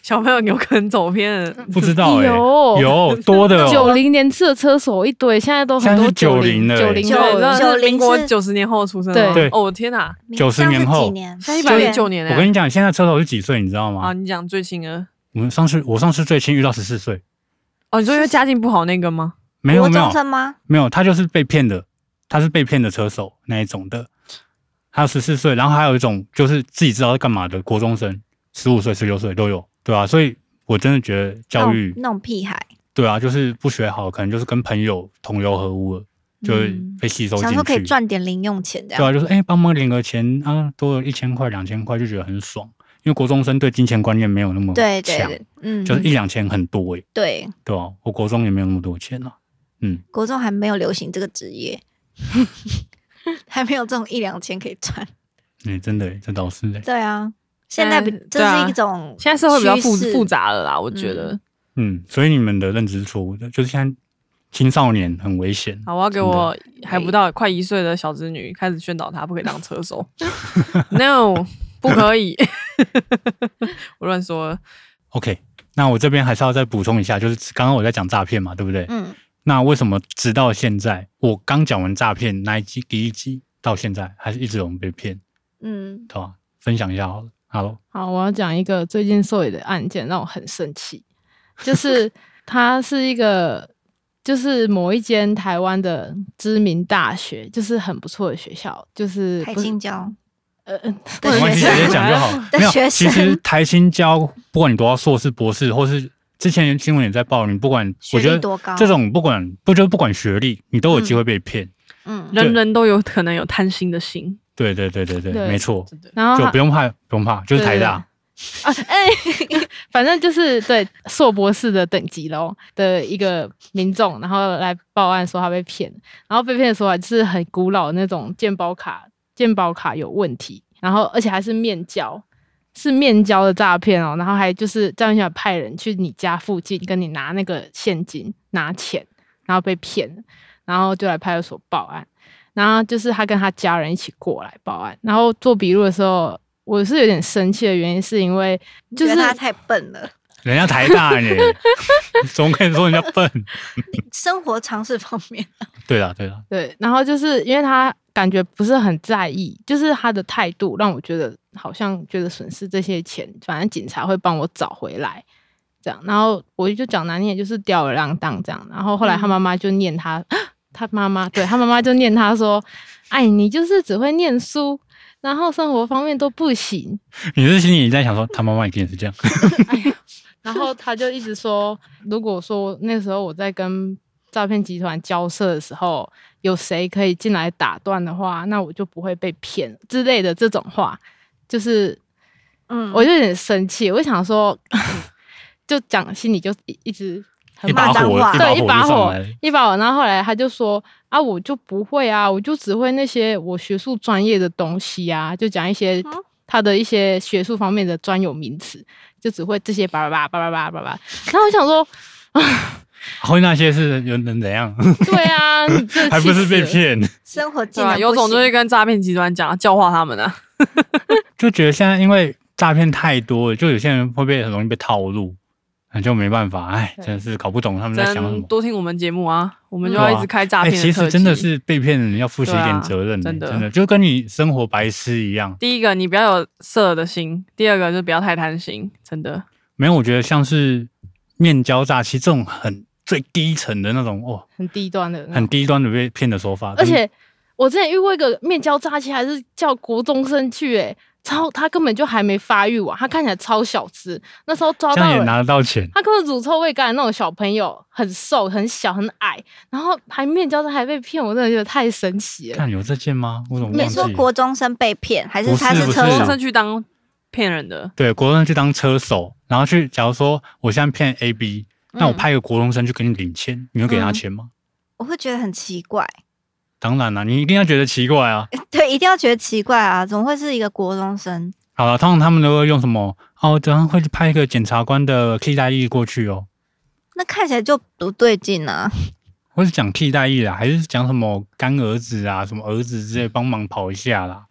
[SPEAKER 1] 小朋友有可能走偏了，
[SPEAKER 2] 不知道哎、
[SPEAKER 4] 有
[SPEAKER 2] 有多的
[SPEAKER 4] 九
[SPEAKER 2] 哦、
[SPEAKER 4] 零年次的车手一堆，现在都很
[SPEAKER 2] 现在
[SPEAKER 4] 多
[SPEAKER 2] 是
[SPEAKER 4] 九
[SPEAKER 2] 90了
[SPEAKER 4] 九
[SPEAKER 2] 欸
[SPEAKER 4] 零
[SPEAKER 3] 九
[SPEAKER 1] 对，那
[SPEAKER 4] 后，
[SPEAKER 1] 是
[SPEAKER 3] 90
[SPEAKER 1] 民国
[SPEAKER 3] 是
[SPEAKER 1] 九十年后出生的吗
[SPEAKER 2] 对
[SPEAKER 1] 哦，我天哪，
[SPEAKER 2] 90
[SPEAKER 3] 这样是
[SPEAKER 2] 年后
[SPEAKER 3] 几年，
[SPEAKER 1] 现在一百零九年
[SPEAKER 2] 我
[SPEAKER 1] 了。
[SPEAKER 2] 跟你讲，现在车手是几岁，你知道
[SPEAKER 1] 啊，
[SPEAKER 2] 吗？
[SPEAKER 1] 你讲最新的
[SPEAKER 2] 我们上次我上次最轻遇到十四岁，
[SPEAKER 1] 哦，你说因为家境不好那个吗？
[SPEAKER 2] 没有
[SPEAKER 3] 国
[SPEAKER 2] 没
[SPEAKER 3] 中
[SPEAKER 2] 有
[SPEAKER 3] 生吗？
[SPEAKER 2] 没有，他就是被骗的，他是被骗的车手那一种的。还有十四岁，然后还有一种就是自己知道在干嘛的国中生，十五岁、十六岁都有，对啊，所以我真的觉得教育
[SPEAKER 3] 哦那种那种屁孩，
[SPEAKER 2] 对啊，就是不学好，可能就是跟朋友同流合污了，就会
[SPEAKER 3] 嗯
[SPEAKER 2] 被吸收进
[SPEAKER 3] 想
[SPEAKER 2] 去。
[SPEAKER 3] 说可以赚点零用钱这
[SPEAKER 2] 对
[SPEAKER 3] 样。
[SPEAKER 2] 啊，就是哎，帮忙领个钱啊，多有一千块、两千块，就觉得很爽。因为国中生对金钱观念没有那么
[SPEAKER 3] 对对
[SPEAKER 2] 强，
[SPEAKER 3] 对，嗯，
[SPEAKER 2] 就是一两千很多哎、
[SPEAKER 3] 对，
[SPEAKER 2] 对啊，我国中也没有那么多钱啊。
[SPEAKER 3] 国中还没有流行这个职业，还没有这种一两千可以赚。
[SPEAKER 2] 哎、真的、欸，这倒是哎、
[SPEAKER 3] 对啊，现在比
[SPEAKER 1] 嗯
[SPEAKER 3] 这
[SPEAKER 1] 对啊
[SPEAKER 3] 是一种
[SPEAKER 1] 现在社会比较复
[SPEAKER 3] 趋势
[SPEAKER 1] 复杂了啦，我觉得。
[SPEAKER 2] 嗯，所以你们的认知是错误的，就是现在青少年很危险。
[SPEAKER 1] 好，我要给
[SPEAKER 2] 真的
[SPEAKER 1] 我还不到快一岁的小侄女开始宣导她不可以当车手，no，不可以。 我乱说了，
[SPEAKER 2] OK，那我这边还是要再补充一下，就是刚刚我在讲诈骗嘛，对不对？
[SPEAKER 3] 嗯，
[SPEAKER 2] 那为什么直到现在，我刚讲完诈骗那一集第一集到现在，还是一直有人被骗，
[SPEAKER 3] 嗯，
[SPEAKER 2] 对吧？分享一下好了。Hello，
[SPEAKER 4] 好，我要讲一个最近受理的案件，让我很生气，就是 它是一个，就是某一间台湾的知名大学，就是很不错的学校，就是
[SPEAKER 3] 台
[SPEAKER 4] 不是
[SPEAKER 3] 青交
[SPEAKER 4] 呃，
[SPEAKER 3] 的
[SPEAKER 2] 没关系，
[SPEAKER 3] 学
[SPEAKER 2] 直接
[SPEAKER 3] 生，
[SPEAKER 2] 讲就好。
[SPEAKER 3] 的
[SPEAKER 2] 没有，
[SPEAKER 3] 学
[SPEAKER 2] 其
[SPEAKER 3] 生
[SPEAKER 2] 实台新交，不管你读到硕士、博士，或是之前新闻也在报，你不管，
[SPEAKER 3] 学
[SPEAKER 2] 我觉
[SPEAKER 3] 历
[SPEAKER 2] 得
[SPEAKER 3] 多高？
[SPEAKER 2] 这种不管不就是不管学历，你都有机会被骗。
[SPEAKER 3] 嗯，
[SPEAKER 1] 人人都有可能有贪心的心，
[SPEAKER 2] 对对对对对，
[SPEAKER 4] 对
[SPEAKER 2] 没错，
[SPEAKER 1] 真的。
[SPEAKER 4] 然后
[SPEAKER 2] 就
[SPEAKER 4] 它
[SPEAKER 2] 不用怕，不用怕，就是台大。
[SPEAKER 4] 啊，哎、反正就是对硕博士的等级喽的一个民众，然后来报案说他被骗，然后被骗的说法就是很古老的那种鉴宝卡，鉴宝卡有问题，然后而且还是面交，是面交的诈骗哦，然后还就是诈骗小姐派人去你家附近跟你拿那个现金拿钱，然后被骗了，然后就来派出所报案。然后就是他跟他家人一起过来报案，然后做笔录的时候，我是有点生气的原因是因为就
[SPEAKER 3] 觉
[SPEAKER 4] 是
[SPEAKER 3] 得他太笨了，
[SPEAKER 2] 人家台大耶，怎么可以说人家笨？
[SPEAKER 3] 生活常识方面，
[SPEAKER 2] 对啦，对啦，
[SPEAKER 4] 对，然后就是因为他感觉不是很在意，就是他的态度让我觉得好像觉得损失这些钱，反正警察会帮我找回来，这样。然后我就讲难听，就是吊儿郎当这样。然后后来他妈妈就念他，他妈妈对他妈妈就念他说：“哎，你就是只会念书，然后生活方面都不行。”
[SPEAKER 2] 你是心里在想说，他妈妈一定也是这样。
[SPEAKER 4] 然后他就一直说，如果说那时候我在跟诈骗集团交涉的时候，有谁可以进来打断的话，那我就不会被骗之类的这种话，就是
[SPEAKER 3] 嗯，
[SPEAKER 4] 我就有点生气，我就想说， 就讲心里就一一直很
[SPEAKER 2] 一把
[SPEAKER 3] 骂脏
[SPEAKER 2] 火，
[SPEAKER 3] 话
[SPEAKER 2] 一把
[SPEAKER 4] 对，一把
[SPEAKER 2] 火就上
[SPEAKER 4] 火
[SPEAKER 2] 来了。，
[SPEAKER 4] 一把火。然后后来他就说啊，我就不会啊，我就只会那些我学术专业的东西啊，就讲一些
[SPEAKER 3] 嗯
[SPEAKER 4] 他的一些学术方面的专有名词，就只会这些叭叭叭叭叭叭叭叭。然后我 想说，
[SPEAKER 2] 然后那些是又能怎样？
[SPEAKER 4] 对啊，你这
[SPEAKER 2] 还不是被
[SPEAKER 4] 气死了。
[SPEAKER 2] 骗？
[SPEAKER 3] 生活技
[SPEAKER 1] 对
[SPEAKER 3] 能
[SPEAKER 1] 吧？
[SPEAKER 3] 不
[SPEAKER 1] 有种就
[SPEAKER 3] 行
[SPEAKER 1] 去跟诈骗集团讲，教化他们啊。
[SPEAKER 2] 就觉得现在因为诈骗太多了，就有些人会被很容易被套路，那就没办法。哎，
[SPEAKER 4] 对
[SPEAKER 2] 真的是搞不懂他们在想什
[SPEAKER 1] 真
[SPEAKER 2] 么。
[SPEAKER 1] 多听我们节目啊，我们就
[SPEAKER 4] 嗯
[SPEAKER 1] 要
[SPEAKER 2] 对
[SPEAKER 1] 一
[SPEAKER 2] 啊
[SPEAKER 1] 直开诈
[SPEAKER 2] 哎，
[SPEAKER 1] 骗
[SPEAKER 2] 其
[SPEAKER 1] 的特
[SPEAKER 2] 实
[SPEAKER 1] 辑。
[SPEAKER 2] 真的是被骗人要负起一
[SPEAKER 1] 对
[SPEAKER 2] 点
[SPEAKER 1] 啊
[SPEAKER 2] 责任的，
[SPEAKER 1] 真的
[SPEAKER 2] 真的就跟你生活白痴一样。
[SPEAKER 1] 第一个，你不要有色的心；第二个，就不要太贪心，真的。
[SPEAKER 2] 没有，我觉得像是面交诈欺这种很最低层的那种哦，
[SPEAKER 4] 很低端的那种，
[SPEAKER 2] 很低端的被骗的手法，
[SPEAKER 4] 嗯而且我之前遇过一个面交诈欺，还是叫国中生去、欸，超他根本就还没发育完，他看起来超小只，那时候抓
[SPEAKER 2] 这样
[SPEAKER 4] 到
[SPEAKER 2] 也
[SPEAKER 4] 人
[SPEAKER 2] 拿得到钱。
[SPEAKER 4] 他根本乳臭未干的那种小朋友，很瘦、很小、很矮，然后还面交上还被骗，我真的觉得太神奇了。
[SPEAKER 2] 看有这件吗？我怎么
[SPEAKER 3] 你
[SPEAKER 2] 忘
[SPEAKER 3] 说
[SPEAKER 2] 记？
[SPEAKER 3] 国中生被骗，还是
[SPEAKER 2] 不
[SPEAKER 3] 他
[SPEAKER 2] 是
[SPEAKER 3] 是
[SPEAKER 2] 不
[SPEAKER 3] 车
[SPEAKER 2] 是
[SPEAKER 1] 高
[SPEAKER 3] 手
[SPEAKER 1] 中？生去当骗人的，
[SPEAKER 2] 对，国中生去当车手，然后去，假如说我现在骗 A B，那我
[SPEAKER 3] 嗯
[SPEAKER 2] 派一个国中生去给你领钱，你会给他钱吗？
[SPEAKER 3] 我会觉得很奇怪，
[SPEAKER 2] 当然啦、你一定要觉得奇怪啊。
[SPEAKER 3] 对，一定要觉得奇怪啊，怎么会是一个国中生？
[SPEAKER 2] 好了，通常他们都会用什么？哦，等下会派一个检察官的替代役过去哦，
[SPEAKER 3] 那看起来就不对劲啊！
[SPEAKER 2] 或是讲替代役啦，还是讲什么干儿子啊，什么儿子之类帮忙跑一下啦，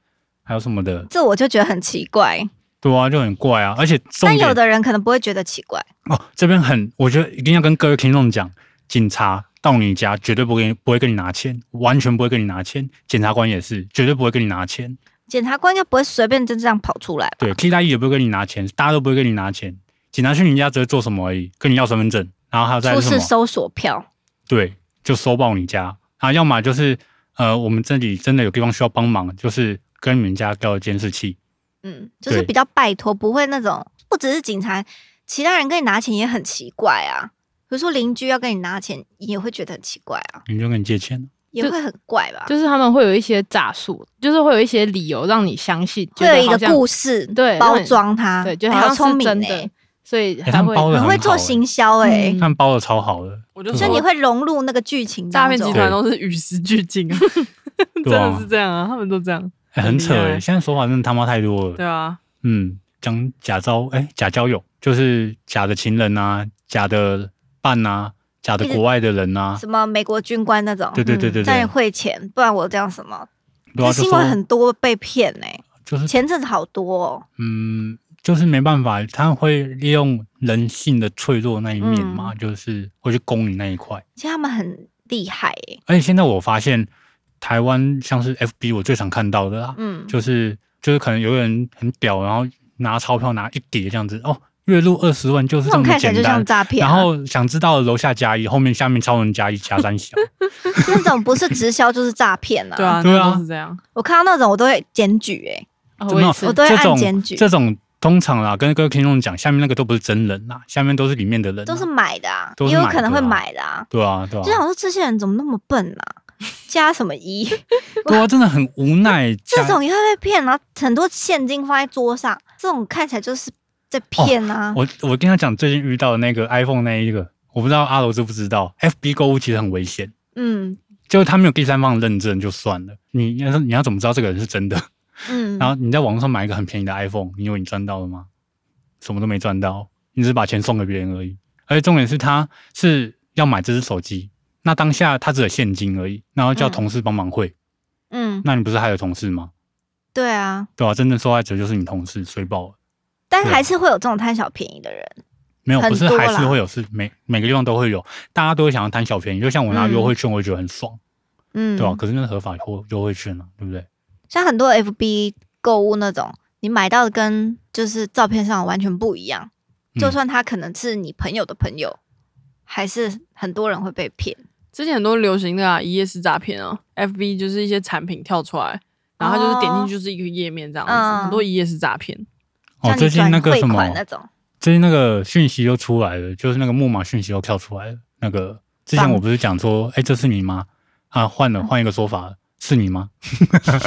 [SPEAKER 2] 还有什么的，
[SPEAKER 3] 这我就觉得很奇怪。
[SPEAKER 2] 对啊，就很怪啊。而且重
[SPEAKER 3] 但
[SPEAKER 2] 点
[SPEAKER 3] 有的人可能不会觉得奇怪，
[SPEAKER 2] 哦，这边很，我觉得一定要跟各位听众讲，警察到你家绝对不给你，不会跟你拿钱，完全不会跟你拿钱。检察官也是，绝对不会跟你拿钱。
[SPEAKER 3] 检察官应该不会随便就这样跑出来吧
[SPEAKER 2] 对，？替代役也不会跟你拿钱，大家都不会跟你拿钱。警察去你家只会做什么而已，跟你要身份证，然后还有再
[SPEAKER 3] 出
[SPEAKER 2] 是什
[SPEAKER 3] 示
[SPEAKER 2] 么？
[SPEAKER 3] 搜索票，
[SPEAKER 2] 对，就搜爆你家啊，要么就是呃，我们这里真的有地方需要帮忙，就是跟你们家调监视器。
[SPEAKER 3] 嗯，就是
[SPEAKER 2] 对
[SPEAKER 3] 比较拜托，不会那种不只是警察，其他人跟你拿钱也很奇怪啊。比如说邻居要跟你拿钱，你也会觉得很奇怪啊，
[SPEAKER 2] 你就跟你借钱，
[SPEAKER 3] 也会很怪吧？
[SPEAKER 4] 就是他们会有一些诈术，就是会有一些理由让你相信，
[SPEAKER 3] 会有一个
[SPEAKER 4] 故
[SPEAKER 3] 故事
[SPEAKER 4] 对
[SPEAKER 3] 包装它，
[SPEAKER 4] 对，就
[SPEAKER 3] 哎
[SPEAKER 4] 好
[SPEAKER 3] 好
[SPEAKER 4] 像
[SPEAKER 3] 聪
[SPEAKER 4] 是
[SPEAKER 3] 明
[SPEAKER 4] 真
[SPEAKER 3] 哎、
[SPEAKER 4] 的，所以
[SPEAKER 2] 他
[SPEAKER 4] 他
[SPEAKER 2] 们
[SPEAKER 4] 会
[SPEAKER 2] 包得
[SPEAKER 3] 很
[SPEAKER 2] 很
[SPEAKER 3] 会
[SPEAKER 2] 好
[SPEAKER 3] 做
[SPEAKER 2] 欸
[SPEAKER 3] 行销哎、
[SPEAKER 4] 嗯
[SPEAKER 2] 他们包的超好的，
[SPEAKER 1] 我就
[SPEAKER 2] 对
[SPEAKER 3] 所以
[SPEAKER 2] 啊
[SPEAKER 1] 说
[SPEAKER 3] 你会融入那个剧情
[SPEAKER 1] 诈
[SPEAKER 3] 当
[SPEAKER 1] 骗集
[SPEAKER 3] 中。
[SPEAKER 1] 团都是与时俱进 啊，真
[SPEAKER 2] 对啊
[SPEAKER 1] 的是这样啊，他们都这样，
[SPEAKER 2] 哎很扯
[SPEAKER 1] 很厉
[SPEAKER 2] 哎、
[SPEAKER 1] 害
[SPEAKER 2] 现在手法真的他妈太多了。
[SPEAKER 1] 对啊，
[SPEAKER 2] 嗯，讲假招，哎、假交友，就是假的情人啊，假的伴啊，假的
[SPEAKER 3] 一直
[SPEAKER 2] 国外的人啊，
[SPEAKER 3] 什么美国军官那种，嗯
[SPEAKER 2] 对对对对
[SPEAKER 3] 在
[SPEAKER 2] 对，
[SPEAKER 3] 汇钱，不然我这样什么？
[SPEAKER 2] 对啊，
[SPEAKER 3] 这
[SPEAKER 2] 就
[SPEAKER 3] 新闻很
[SPEAKER 2] 说
[SPEAKER 3] 多被骗欸呢、
[SPEAKER 2] 就是
[SPEAKER 3] 前阵子好多、哦，
[SPEAKER 2] 嗯，就是没办法，他会利用人性的脆弱那一面嘛，就是会去攻你那一块。
[SPEAKER 3] 其实他们很厉害耶、
[SPEAKER 2] 而且现在我发现，台湾像是 FB 我最常看到的啦，
[SPEAKER 3] 嗯，
[SPEAKER 2] 就是就是可能有个人很屌，然后拿钞票拿一叠这样子，哦，月入二十万就是
[SPEAKER 3] 这
[SPEAKER 2] 这
[SPEAKER 3] 种
[SPEAKER 2] 么
[SPEAKER 3] 看起来
[SPEAKER 2] 简
[SPEAKER 3] 就像
[SPEAKER 2] 单。
[SPEAKER 3] 诈骗
[SPEAKER 2] 然
[SPEAKER 3] 啊、
[SPEAKER 2] 后想知道楼下加一，后面下面超人加一加三 小，
[SPEAKER 3] 那种不是直销就是诈骗啊！
[SPEAKER 1] 对啊，
[SPEAKER 2] 对
[SPEAKER 1] 那
[SPEAKER 2] 啊
[SPEAKER 1] 都是这样。
[SPEAKER 3] 我看到那种我都会检举、欸，
[SPEAKER 4] 哦
[SPEAKER 2] 真
[SPEAKER 4] 我
[SPEAKER 2] 的
[SPEAKER 4] 也
[SPEAKER 2] 哦
[SPEAKER 4] 是
[SPEAKER 3] 我，都会
[SPEAKER 2] 这
[SPEAKER 3] 按检
[SPEAKER 2] 种
[SPEAKER 3] 举，
[SPEAKER 2] 这种通常啦，跟各位听众讲，下面那个都不是真人啦，下面都是里面的人啦，
[SPEAKER 3] 都是买的啊，
[SPEAKER 2] 都
[SPEAKER 3] 也
[SPEAKER 2] 是
[SPEAKER 3] 有
[SPEAKER 2] 买
[SPEAKER 3] 可能
[SPEAKER 2] 的
[SPEAKER 3] 会
[SPEAKER 2] 啊
[SPEAKER 3] 买的啊。
[SPEAKER 2] 对啊对啊，
[SPEAKER 3] 就想说这些人怎么那么笨 啊？加什么 一？
[SPEAKER 2] 对啊，真的很无奈。
[SPEAKER 3] 这
[SPEAKER 2] 家
[SPEAKER 3] 种也会被骗啊！很多现金放在桌上，这种看起来就是在骗啊。
[SPEAKER 2] 我我跟他讲，最近遇到的那个 iPhone 那一个，我不知道阿楼知不知道，FB 购物其实很危险，
[SPEAKER 3] 嗯
[SPEAKER 2] 就是他没有第三方认证就算了，你要是你要怎么知道这个人是真的？
[SPEAKER 3] 嗯，
[SPEAKER 2] 然后你在网上买一个很便宜的 iPhone，你以为你赚到了吗？什么都没赚到，你只是把钱送给别人而已。而且重点是，他是要买这只手机，那当下他只有现金而已，然后叫
[SPEAKER 3] 嗯
[SPEAKER 2] 同事帮忙汇。
[SPEAKER 3] 嗯，
[SPEAKER 2] 那你不是还有同事吗？
[SPEAKER 3] 对啊，
[SPEAKER 2] 对吧、真正受害者就是你同事，衰爆了。
[SPEAKER 3] 但
[SPEAKER 2] 对
[SPEAKER 3] 还是会有这种贪小便宜的人。
[SPEAKER 2] 没有，
[SPEAKER 3] 很
[SPEAKER 2] 不是
[SPEAKER 3] 多
[SPEAKER 2] 还
[SPEAKER 3] 啦
[SPEAKER 2] 是会有，是每每个地方都会有，大家都会想要贪小便宜。就像我拿
[SPEAKER 3] 嗯
[SPEAKER 2] 优惠券，我也觉得很爽，
[SPEAKER 3] 嗯，
[SPEAKER 2] 对吧、可是那是合法优优惠券啊，对不对？
[SPEAKER 3] 像很多 FB 购物那种，你买到的跟就是照片上完全不一样，
[SPEAKER 2] 嗯
[SPEAKER 3] 就算他可能是你朋友的朋友，还是很多人会被骗。
[SPEAKER 1] 之前很多流行的啊，一夜式诈骗啊，FB 就是一些产品跳出来，然后它就是点进去就是一个页面这样子，
[SPEAKER 3] 嗯
[SPEAKER 1] 很多一夜式诈骗。
[SPEAKER 2] 哦，
[SPEAKER 3] 像
[SPEAKER 2] 最
[SPEAKER 3] 你
[SPEAKER 2] 近
[SPEAKER 3] 转
[SPEAKER 2] 那个
[SPEAKER 3] 汇
[SPEAKER 2] 什么
[SPEAKER 3] 款，那种，
[SPEAKER 2] 最近那个讯息又出来了，就是那个木马讯息又跳出来了。那个之前
[SPEAKER 3] 绑
[SPEAKER 2] 我不是讲说，哎，这是你吗？啊，换
[SPEAKER 3] 嗯
[SPEAKER 2] 了，换一个说法了，是你吗？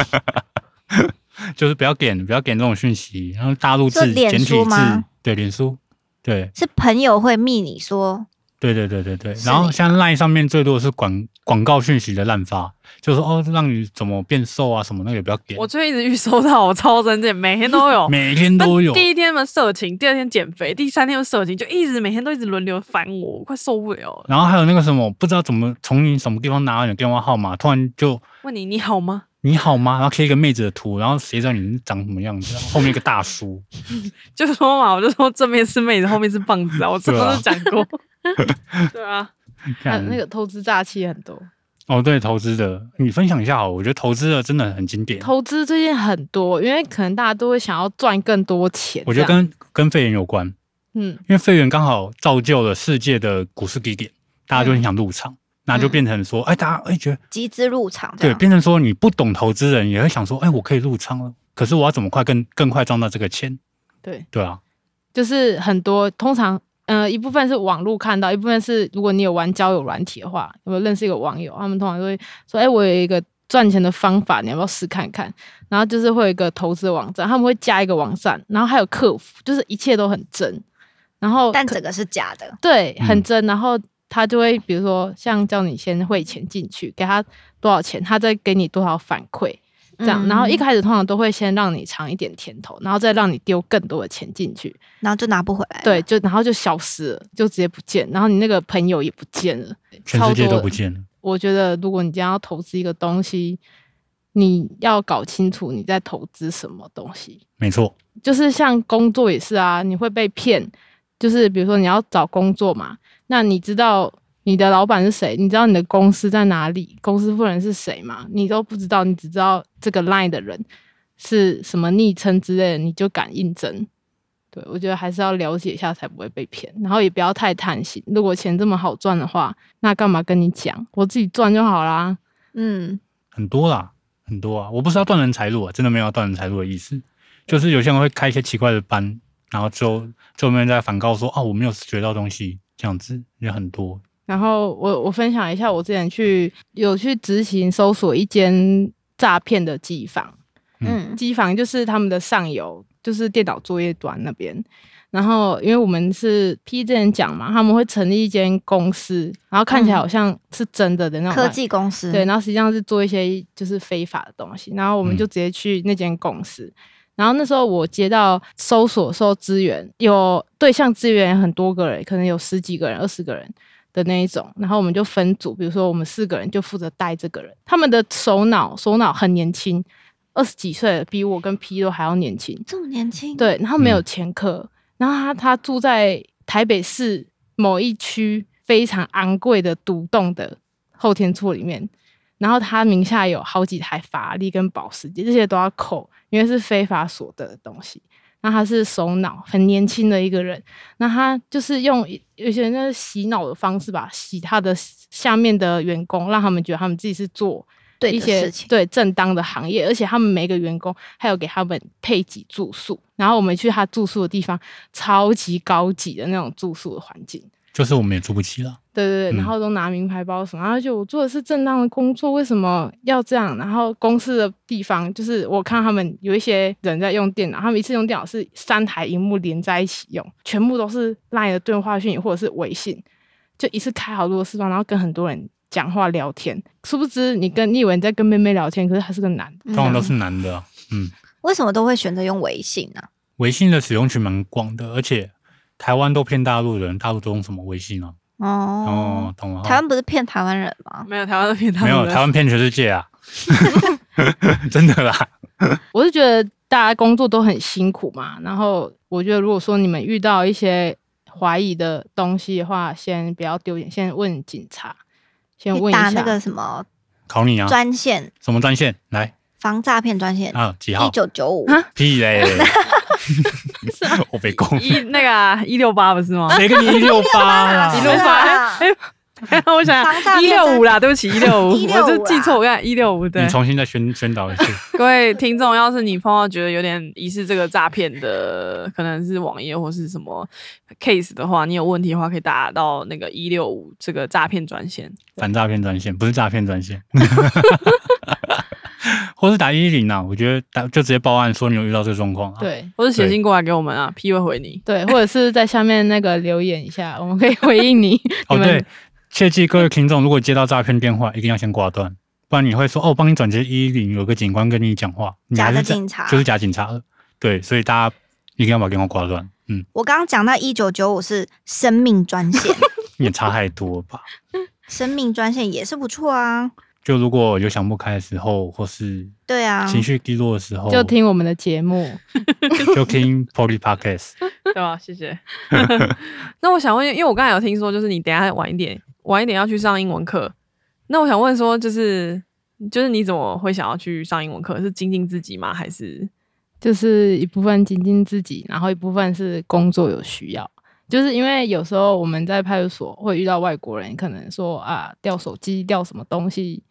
[SPEAKER 2] 就是不要点，不要点这种讯息，然后大陆
[SPEAKER 3] 说
[SPEAKER 2] 字、
[SPEAKER 3] 脸
[SPEAKER 2] 简体
[SPEAKER 3] 书吗
[SPEAKER 2] 字，对，脸书，对，
[SPEAKER 3] 是朋友会密你说，
[SPEAKER 2] 对对对对对，
[SPEAKER 3] 是
[SPEAKER 2] 然后
[SPEAKER 3] 你
[SPEAKER 2] 像 LINE 上面最多的是广广告讯息的滥发，就是哦让你怎么变瘦啊什么那个也不要点。
[SPEAKER 1] 我，最近一直预收到，我超生气，每天都有
[SPEAKER 2] 每天都有
[SPEAKER 1] 但。第一天嘛色情，第二天减肥，第三天又色情，就一直每天都一直轮流烦我，我快受不了了。
[SPEAKER 2] 然后还有那个什么不知道怎么从你什么地方拿到你的电话号码，突然就
[SPEAKER 1] 问你你好吗？
[SPEAKER 2] 你好吗？然后贴一个妹子的图，然后谁知道你长什么样子啊？后面一个大 叔，
[SPEAKER 1] 就说嘛，我就说正面是妹子，后面是棒子啊，我什么都讲过。 对啊，
[SPEAKER 4] 还有
[SPEAKER 2] 看
[SPEAKER 4] 那个投资诈欺很多，
[SPEAKER 2] 哦对，投资的你分享一下好了，我觉得投资的真的很经典，
[SPEAKER 4] 投资最近很多，因为可能大家都会想要赚更多钱。
[SPEAKER 2] 我觉得
[SPEAKER 4] 这样
[SPEAKER 2] 跟跟肺炎有关，
[SPEAKER 4] 嗯
[SPEAKER 2] 因为肺炎刚好造就了世界的股市低点，大家就很想入场，那就变成
[SPEAKER 4] 嗯
[SPEAKER 2] 说，哎，大家哎觉得。
[SPEAKER 3] 集资入场这
[SPEAKER 4] 啊
[SPEAKER 2] 对，
[SPEAKER 3] 样。
[SPEAKER 2] 变成说你不懂投资人也会想说，哎，我可以入仓了，可是我要怎么快更更快赚到这个钱？
[SPEAKER 4] 对，
[SPEAKER 2] 对啊，
[SPEAKER 4] 就是很多通常。呃，一部分是网络看到，一部分是如果你有玩交友软体的话，有没有认识一个网友，他们通常都会说：“哎、我有一个赚钱的方法，你要不要试看看？”然后就是会有一个投资网站，他们会加一个网站，然后还有客服，就是一切都很真。然后
[SPEAKER 3] 但
[SPEAKER 4] 可
[SPEAKER 3] 整个是假的，
[SPEAKER 4] 对，很
[SPEAKER 2] 嗯
[SPEAKER 4] 真。然后他就会比如说，像叫你先汇钱进去，给他多少钱，他再给你多少反馈，这样。然后
[SPEAKER 3] 嗯
[SPEAKER 4] 一开始通常都会先让你尝一点甜头，然后再让你丢更多的钱进去，
[SPEAKER 3] 然后就拿不回来了。
[SPEAKER 4] 对，就然后就消失了，就直接不见，然后你那个朋友也不见了，
[SPEAKER 2] 全
[SPEAKER 4] 超
[SPEAKER 2] 世界
[SPEAKER 4] 多
[SPEAKER 2] 都
[SPEAKER 4] 的
[SPEAKER 2] 不见了。
[SPEAKER 4] 我觉得，如果你今天要投资一个东西，你要搞清楚你在投资什么东西。
[SPEAKER 2] 没错，
[SPEAKER 4] 就是像工作也是啊，你会被骗。就是比如说你要找工作嘛，那你知道你的老板是谁，你知道你的公司在哪里，公司负责人是谁嘛？你都不知道，你只知道这个 line 的人是什么昵称之类的，你就敢应征。对，我觉得还是要了解一下才不会被骗，然后也不要太贪心。如果钱这么好赚的话，那干嘛跟你讲？我自己赚就好啦。
[SPEAKER 3] 嗯，
[SPEAKER 2] 很多啦，很多啊。我不是要断人财路啊，真的没有要断人财路的意思，就是有些人会开一些奇怪的班，然后就就没有人在反告说，哦，我没有学到东西，这样子也很多。
[SPEAKER 4] 然后我我分享一下，我之前去有去执行搜索一间诈骗的机房，
[SPEAKER 3] 嗯
[SPEAKER 4] 机房就是他们的上游，就是电脑作业端那边。然后，因为我们是 P 之前讲嘛，他们会成立一间公司，然后看起来
[SPEAKER 3] 嗯
[SPEAKER 4] 好像是真的的那种
[SPEAKER 3] 科技公
[SPEAKER 2] 嗯
[SPEAKER 3] 司
[SPEAKER 4] 对，然后实际上是做一些就是非法的东西，然后我
[SPEAKER 2] 嗯
[SPEAKER 4] 们就直接去那间公司，然后那时候我接到搜索搜资源，有对象资源很多个人，可能有十几个人、二十个人的那一种。然后我们就分组，比如说我们四个人就负责带这个人。他们的首脑首脑很年轻，二十几岁，比我跟 P 都还要年轻。
[SPEAKER 3] 这么年轻，，
[SPEAKER 4] 对，然后没有
[SPEAKER 2] 嗯
[SPEAKER 4] 前科，然后他他住在台北市某一区非常昂贵的独栋的后天厝里面，然后他名下有好几台法拉利跟保时捷，这些都要扣，因为是非法所得的东西。那他是首脑，很年轻的一个人。那他就是用有些人就是洗脑的方式吧，洗他的下面的员工，让他们觉得他们自己是做
[SPEAKER 3] 对
[SPEAKER 4] 一
[SPEAKER 3] 的
[SPEAKER 4] 些
[SPEAKER 3] 事情
[SPEAKER 4] 对正当的行业，而且他们每个员工还有给他们配给住宿，然后我们去他住宿的地方，超级高级的那种住宿的环境，
[SPEAKER 2] 就是我们也住不起了。
[SPEAKER 4] 对对对，
[SPEAKER 2] 嗯
[SPEAKER 4] 然后都拿名牌包什么，然后就我做的是正当的工作，为什么要这样？然后公司的地方就是我看他们有一些人在用电脑，他们一次用电脑是三台荧幕连在一起用，全部都是 LINE 的对话讯息或者是微信，就一次开好多个视窗，然后跟很多人讲话聊天，殊不知你跟你以为你在跟妹妹聊天，可是他是个男的，
[SPEAKER 2] 通常都
[SPEAKER 3] 嗯
[SPEAKER 2] 是男的啊，嗯，
[SPEAKER 3] 为什么都会选择用微信呢、
[SPEAKER 2] 微信的使用群蛮广的，而且台湾都骗大陆人，大陆都用什么微信啊？
[SPEAKER 3] 哦，
[SPEAKER 2] 哦，懂了哈。
[SPEAKER 3] 台湾不是骗台湾人吗？
[SPEAKER 1] 没有台湾的频道，
[SPEAKER 2] 没有台湾骗全世界 啊，真的啦。
[SPEAKER 4] 我是觉得大家工作都很辛苦嘛，然后我觉得如果说你们遇到一些怀疑的东西的话，先不要丢脸，先问警察，先问
[SPEAKER 3] 你
[SPEAKER 4] 一下
[SPEAKER 3] 打那个什么
[SPEAKER 2] 考你啊，
[SPEAKER 3] 专线，
[SPEAKER 2] 什么专线来
[SPEAKER 3] 防诈骗专线，
[SPEAKER 2] 啊？几
[SPEAKER 3] 一
[SPEAKER 2] 号？
[SPEAKER 3] 九九五，
[SPEAKER 4] 啊
[SPEAKER 2] 屁 嘞！ 我被攻，
[SPEAKER 1] 一那个啊一六八不是吗？
[SPEAKER 2] 谁跟你一六八 啦？
[SPEAKER 1] 一六
[SPEAKER 3] 是
[SPEAKER 1] 八
[SPEAKER 3] 啊，
[SPEAKER 1] 哎，哎我想
[SPEAKER 3] 防诈
[SPEAKER 1] 一
[SPEAKER 3] 骗
[SPEAKER 1] 六
[SPEAKER 3] 真
[SPEAKER 1] 五啦，对不 起，一六五，
[SPEAKER 3] 165
[SPEAKER 1] 我就记错，
[SPEAKER 3] 啊
[SPEAKER 1] 我看一六五，对
[SPEAKER 2] 你，重新再宣宣导一次。
[SPEAKER 1] 各位听众，要是你碰到觉得有点疑似这个诈骗的，可能是网页或是什么 case 的话，你有问题的话，可以打到那个一六五这个诈骗专线。
[SPEAKER 2] 反诈骗专线，不是诈骗专线， 或是打一一零啊。我觉得打就直接报案说你有遇到这个状况、啊。，
[SPEAKER 4] 对
[SPEAKER 1] 或者写信过来给我们啊，P 会回你。
[SPEAKER 4] 对，或者是在下面那个留言一下，我们可以回应你。你
[SPEAKER 2] 哦
[SPEAKER 4] 们
[SPEAKER 2] 对，切记各位听众，如果接到诈骗电话，一定要先挂断，不然你会说哦，我帮你转接一一零，有个警官跟你讲话，你
[SPEAKER 3] 假
[SPEAKER 2] 还
[SPEAKER 3] 的
[SPEAKER 2] 是在
[SPEAKER 3] 警察
[SPEAKER 2] 就是假警察了。对，所以大家一定要把电话挂断。嗯，
[SPEAKER 3] 我刚刚讲到一九九五是生命 专线，
[SPEAKER 2] 你也差太多吧？
[SPEAKER 3] 生命专线也是不错啊。
[SPEAKER 2] 就如果有想不开的时候，或是
[SPEAKER 3] 对啊，
[SPEAKER 2] 情绪低落的时候，
[SPEAKER 4] 就听我们的节目，
[SPEAKER 2] 就听 Poly Podcast。
[SPEAKER 1] 对吧？谢谢。 那我想问，因为我刚才有听说，就是你等一下晚一点，晚一点要去上英文课。那我想问说，就是就是你怎么会想要去上英文课？是精进自己吗？还是
[SPEAKER 4] 就是一部分精进自己，然后一部分是工作有需要。就是因为有时候我们在派出所会遇到外国人，可能说啊掉手机、掉什么东西，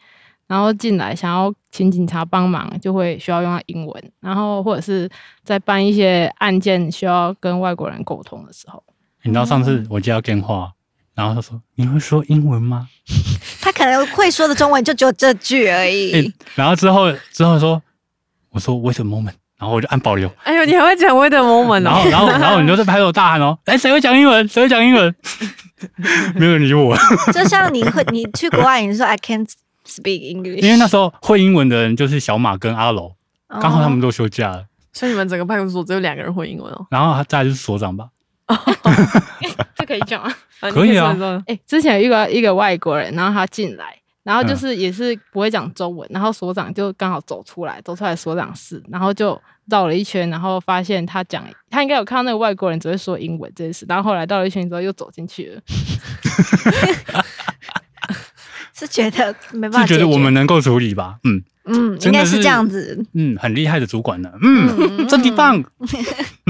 [SPEAKER 4] 然后进来想要请警察帮忙，就会需要用到英文，然后或者是在办一些案件需要跟外国人沟通的时候，
[SPEAKER 2] 你知道上次我接到电话，然后他说：“你会说英文吗？”
[SPEAKER 3] 他可能会说的中文就只有这句而
[SPEAKER 2] 欸
[SPEAKER 3] 已。
[SPEAKER 2] 然后之后之后说，我说 wait a moment，然后我就按保留，
[SPEAKER 1] 哎呦，你还会讲 w a i t e moment
[SPEAKER 2] 然后
[SPEAKER 1] 哦？
[SPEAKER 2] 然后然后你就在拍手大喊哦，哎、谁会讲英文？谁会讲英文？ 没有人理我，
[SPEAKER 3] 就像你会，你去国外，你说 I can't speak English，哦
[SPEAKER 2] 因为那时候会英文的人就是小马跟阿楼，
[SPEAKER 3] 候
[SPEAKER 2] 刚好他们都休假了，
[SPEAKER 1] 所以你们整个派出所只有两个人会英文哦？
[SPEAKER 2] 然后再来就是所长吧，
[SPEAKER 4] 这可以讲吗？
[SPEAKER 1] 啊你
[SPEAKER 2] 可以
[SPEAKER 1] 说
[SPEAKER 2] 啊
[SPEAKER 1] 你说
[SPEAKER 4] 哎、之前有遇到一个外国人，然后他进来，然后就是也是不会讲中文，然后所长就刚好走出来，走出来所长室，然后就绕了一圈，然后发现他讲，他应该有看到那个外国人只会说英文这件事，然后后来绕了一圈之后又走进去了，
[SPEAKER 3] 是觉得没办
[SPEAKER 2] 是
[SPEAKER 3] 法，
[SPEAKER 2] 觉得我们能够处理吧？嗯
[SPEAKER 3] 嗯，应
[SPEAKER 2] 真的
[SPEAKER 3] 该是
[SPEAKER 2] 是
[SPEAKER 3] 这样子。
[SPEAKER 2] 嗯，很厉害的主管呢，嗯，真的棒。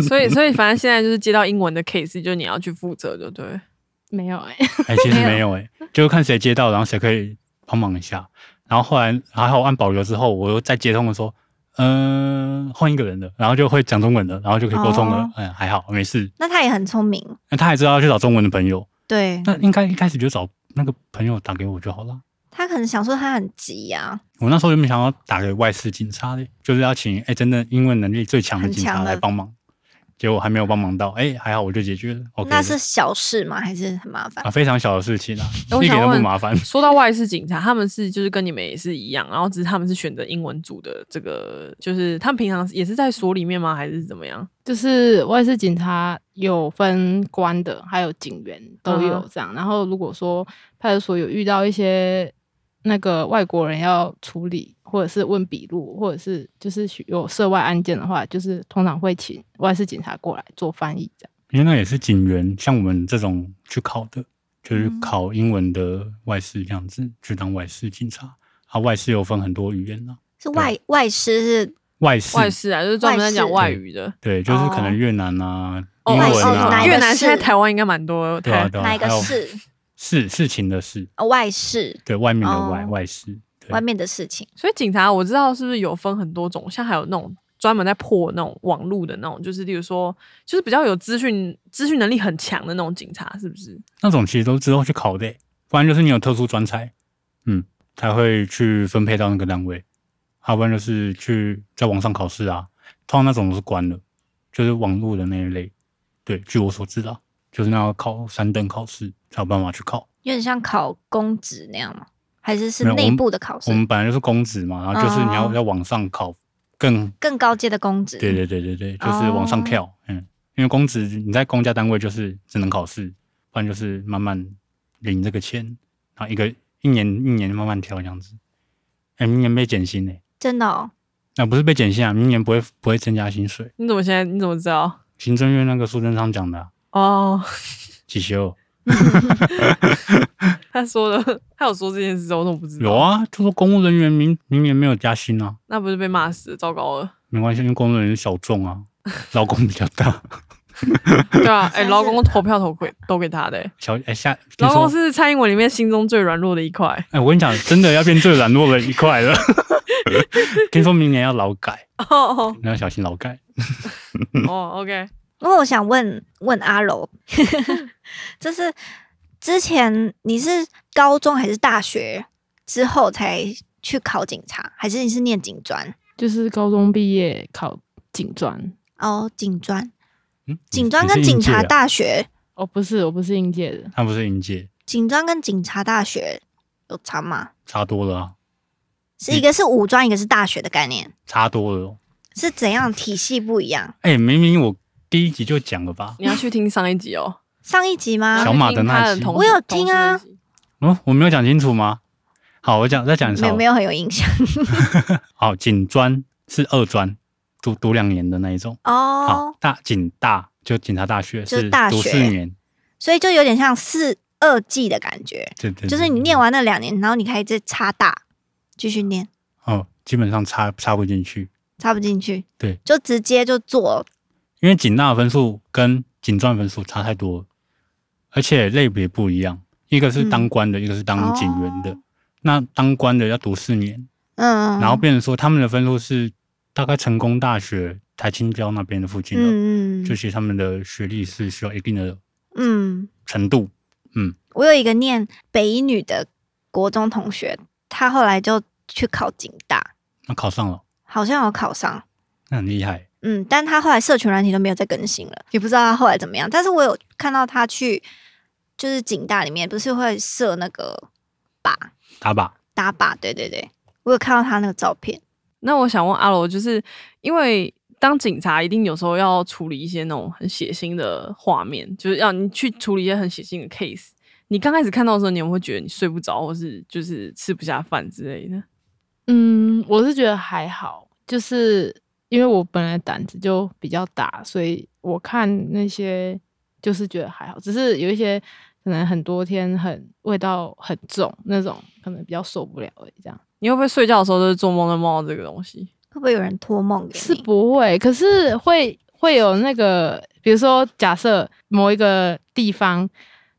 [SPEAKER 1] 所以所以反正现在就是接到英文的 case，就是你要去负责，就对了。
[SPEAKER 4] 没有哎、
[SPEAKER 2] 哎、其实没
[SPEAKER 3] 没
[SPEAKER 2] 有哎、就是看谁接到，然后谁可以帮忙一下。然后后来还好按保留之后，我又再接通的时候，嗯、换一个人的，然后就会讲中文的，然后就可以沟通了。
[SPEAKER 3] 哦
[SPEAKER 2] 嗯，还好没事。
[SPEAKER 3] 那他也很聪明，
[SPEAKER 2] 那他还知道要去找中文的朋友，
[SPEAKER 3] 对
[SPEAKER 2] 那应该一开始就找那个朋友打给我就好了。
[SPEAKER 3] 他可能想说他很急啊呀、
[SPEAKER 2] 我那时候原本想要打给外事警察的，就是要请哎、真的英文能力最强的
[SPEAKER 3] 很
[SPEAKER 2] 警察
[SPEAKER 3] 强的
[SPEAKER 2] 来帮忙。结果还没有帮忙到，哎、还好我就解决了。OK，
[SPEAKER 3] 那是小事吗？还是很麻烦？
[SPEAKER 2] 啊，非常小的事情啊，
[SPEAKER 1] 哎我
[SPEAKER 2] 一点
[SPEAKER 1] 想
[SPEAKER 2] 都不
[SPEAKER 1] 问
[SPEAKER 2] 麻烦。
[SPEAKER 1] 说到外事警察，他们是就是跟你们也是一样，然后只是他们是选择英文组的这个，就是他们平常也是在所里面吗？还是怎么样？
[SPEAKER 4] 就是外事警察有分官的，还有警员都
[SPEAKER 1] 嗯
[SPEAKER 4] 有
[SPEAKER 1] 哼
[SPEAKER 4] 这样。然后如果说派出所有遇到一些那个外国人要处理，或者是问笔录，或者是就是有涉外案件的话，就是通常会请外事警察过来做翻译这样。
[SPEAKER 2] 因为那也是警员，像我们这种去考的，就是
[SPEAKER 3] 嗯
[SPEAKER 2] 考英文的外事这样子，去当外事警察。啊，外事有分很多语言啊，
[SPEAKER 3] 是外外师是
[SPEAKER 2] 外事
[SPEAKER 1] 外事啊，就是专门在讲外语的。
[SPEAKER 2] 对，就是可
[SPEAKER 3] 哦
[SPEAKER 2] 能越南啊、
[SPEAKER 1] 哦
[SPEAKER 2] 英
[SPEAKER 3] 外
[SPEAKER 2] 文
[SPEAKER 3] 事是哪
[SPEAKER 2] 啊
[SPEAKER 3] 一，
[SPEAKER 1] 越
[SPEAKER 3] 个
[SPEAKER 1] 南现在
[SPEAKER 3] 市
[SPEAKER 1] 台湾应该蛮多
[SPEAKER 2] 对啊
[SPEAKER 1] 台
[SPEAKER 2] 对啊，
[SPEAKER 3] 哪一个
[SPEAKER 2] 还有
[SPEAKER 3] 事？
[SPEAKER 2] 事事情的事，
[SPEAKER 3] 呃外事，
[SPEAKER 2] 对外面的外、
[SPEAKER 3] 哦
[SPEAKER 2] 外事，对
[SPEAKER 3] 外面的事情。
[SPEAKER 1] 所以警察我知道是不是有分很多种，像还有那种专门在破那种网络的那种，就是例如说，就是比较有资讯资讯能力很强的那种警察，是不是？
[SPEAKER 2] 那种其实都之后去考的欸、不然就是你有特殊专才，嗯，才会去分配到那个单位，要、不然就是去在网上考试啊，通常那种都是关了，就是网络的那一类。对，据我所知啊，就是那要考三等考试才有办法去考。
[SPEAKER 3] 有点像考公职那样吗？还是是
[SPEAKER 2] 没有我
[SPEAKER 3] 内
[SPEAKER 2] 们
[SPEAKER 3] 部的考试
[SPEAKER 2] 我？们本来就是公职嘛，然后就是你要
[SPEAKER 3] 哦
[SPEAKER 2] 在网上考更，
[SPEAKER 3] 更高阶的公职？
[SPEAKER 2] 对对对对对，就是往上
[SPEAKER 3] 哦
[SPEAKER 2] 跳，嗯，因为公职你在公家单位就是只能考试，不然就是慢慢领这个钱，然后一个一年一年慢慢调这样子。哎、明年被减薪呢、
[SPEAKER 3] 真的哦，
[SPEAKER 2] 那、不是被减薪啊，明年不会不会增加薪水。
[SPEAKER 1] 你怎么现在你怎么知道？
[SPEAKER 2] 行政院那个苏贞昌讲的、啊，
[SPEAKER 1] 哦，
[SPEAKER 2] 几修
[SPEAKER 1] 他说的，他有说这件事，我怎么不知道？
[SPEAKER 2] 有，啊，就说公务人员明明年没有加薪啊，
[SPEAKER 1] 那不是被骂死了，糟糕 了。
[SPEAKER 2] 没关系，因为公务人员小众啊，劳工比较大。
[SPEAKER 1] 对啊，哎、
[SPEAKER 3] 是
[SPEAKER 1] 劳工投票投给都给他的、欸，
[SPEAKER 2] 小哎、下，听
[SPEAKER 1] 劳
[SPEAKER 2] 说
[SPEAKER 1] 工是蔡英文里面心中最软弱的一块。
[SPEAKER 2] 哎、我跟你讲，真的要变最软弱的一块了。 听说明年要劳改，
[SPEAKER 1] 哦哦
[SPEAKER 2] 你要小心劳改。
[SPEAKER 1] 哦，OK，
[SPEAKER 3] 因为我想问问阿柔， 就是之前你是高中还是大学之后才去考警察，还是你是念警专？
[SPEAKER 4] 就是高中毕业考警专，
[SPEAKER 3] 哦，警专，
[SPEAKER 2] 嗯，
[SPEAKER 3] 警专
[SPEAKER 2] 你是
[SPEAKER 3] 跟警察
[SPEAKER 2] 应届啊，
[SPEAKER 3] 大学，
[SPEAKER 4] 哦，不是，我不是应届的，
[SPEAKER 2] 他不是应届，
[SPEAKER 3] 警专跟警察大学有差吗？
[SPEAKER 2] 差多了、啊，
[SPEAKER 3] 是一个是武专，一个是大学的概念，
[SPEAKER 2] 差多了哦。
[SPEAKER 3] 是怎样体系不一样？
[SPEAKER 2] 哎、明明我第一集就讲了吧？
[SPEAKER 1] 你要去听上一集哦。
[SPEAKER 3] 上一集吗？
[SPEAKER 2] 小马的那集
[SPEAKER 1] 你要去听他同
[SPEAKER 3] 我有听啊
[SPEAKER 1] 同事那集
[SPEAKER 2] 嗯，我没有讲清楚吗？好，我讲再讲一次好
[SPEAKER 3] 没有
[SPEAKER 2] 了。
[SPEAKER 3] 没有很有印象
[SPEAKER 2] 好，警专是二专，读读两年的那一种。好
[SPEAKER 3] 哦，，
[SPEAKER 2] 大警大就警察大学
[SPEAKER 3] 就是
[SPEAKER 2] 是
[SPEAKER 3] 大
[SPEAKER 2] 读
[SPEAKER 3] 学
[SPEAKER 2] 四年，
[SPEAKER 3] 所以就有点像四二季的感觉，
[SPEAKER 2] 对对，
[SPEAKER 3] 就是你
[SPEAKER 2] 对
[SPEAKER 3] 念完那两年，然后你可以再插大继续念，
[SPEAKER 2] 哦，基本上插插不进去，
[SPEAKER 3] 插不进去，
[SPEAKER 2] 对，
[SPEAKER 3] 就直接就做
[SPEAKER 2] 因为警大的分数跟警专分数差太多了，而且类别不一样，一个是当官的，一个是当警员的。
[SPEAKER 3] 嗯哦
[SPEAKER 2] 那当官的要读四年，
[SPEAKER 3] 嗯，
[SPEAKER 2] 然后变成说他们的分数是大概成功大学、台青交那边的附近的，哦
[SPEAKER 3] 嗯嗯
[SPEAKER 2] 就其实他们的学历是需要一定的
[SPEAKER 3] 嗯，
[SPEAKER 2] 程度。
[SPEAKER 3] 我有一个念北一女的国中同学，她后来就去考警大，
[SPEAKER 2] 那考上了，
[SPEAKER 3] 好像有考上。
[SPEAKER 2] 那很厉害。
[SPEAKER 3] 嗯，但她后来社群软体都没有再更新了，也不知道她后来怎么样。但是我有看到她去，就是警大里面不是会设那个靶
[SPEAKER 2] 打靶
[SPEAKER 3] 打靶，对对对，我有看到她那个照片。
[SPEAKER 1] 那我想问阿罗，就是因为当警察一定有时候要处理一些那种很血腥的画面，就是要你去处理一些很血腥的 case。你刚开始看到的时候，你有没有觉得你睡不着，或是就是吃不下饭之类的？
[SPEAKER 4] 嗯，我是觉得还好，就是因为我本来胆子就比较大，所以我看那些就是觉得还好，只是有一些可能很多天很味道很重那种，可能比较受不了而已。这样
[SPEAKER 1] 你会不会睡觉的时候都是做梦都梦到这个东西？
[SPEAKER 3] 会不会有人托梦给
[SPEAKER 4] 是
[SPEAKER 3] 你？
[SPEAKER 4] 不会，可是会会有那个，比如说假设某一个地方，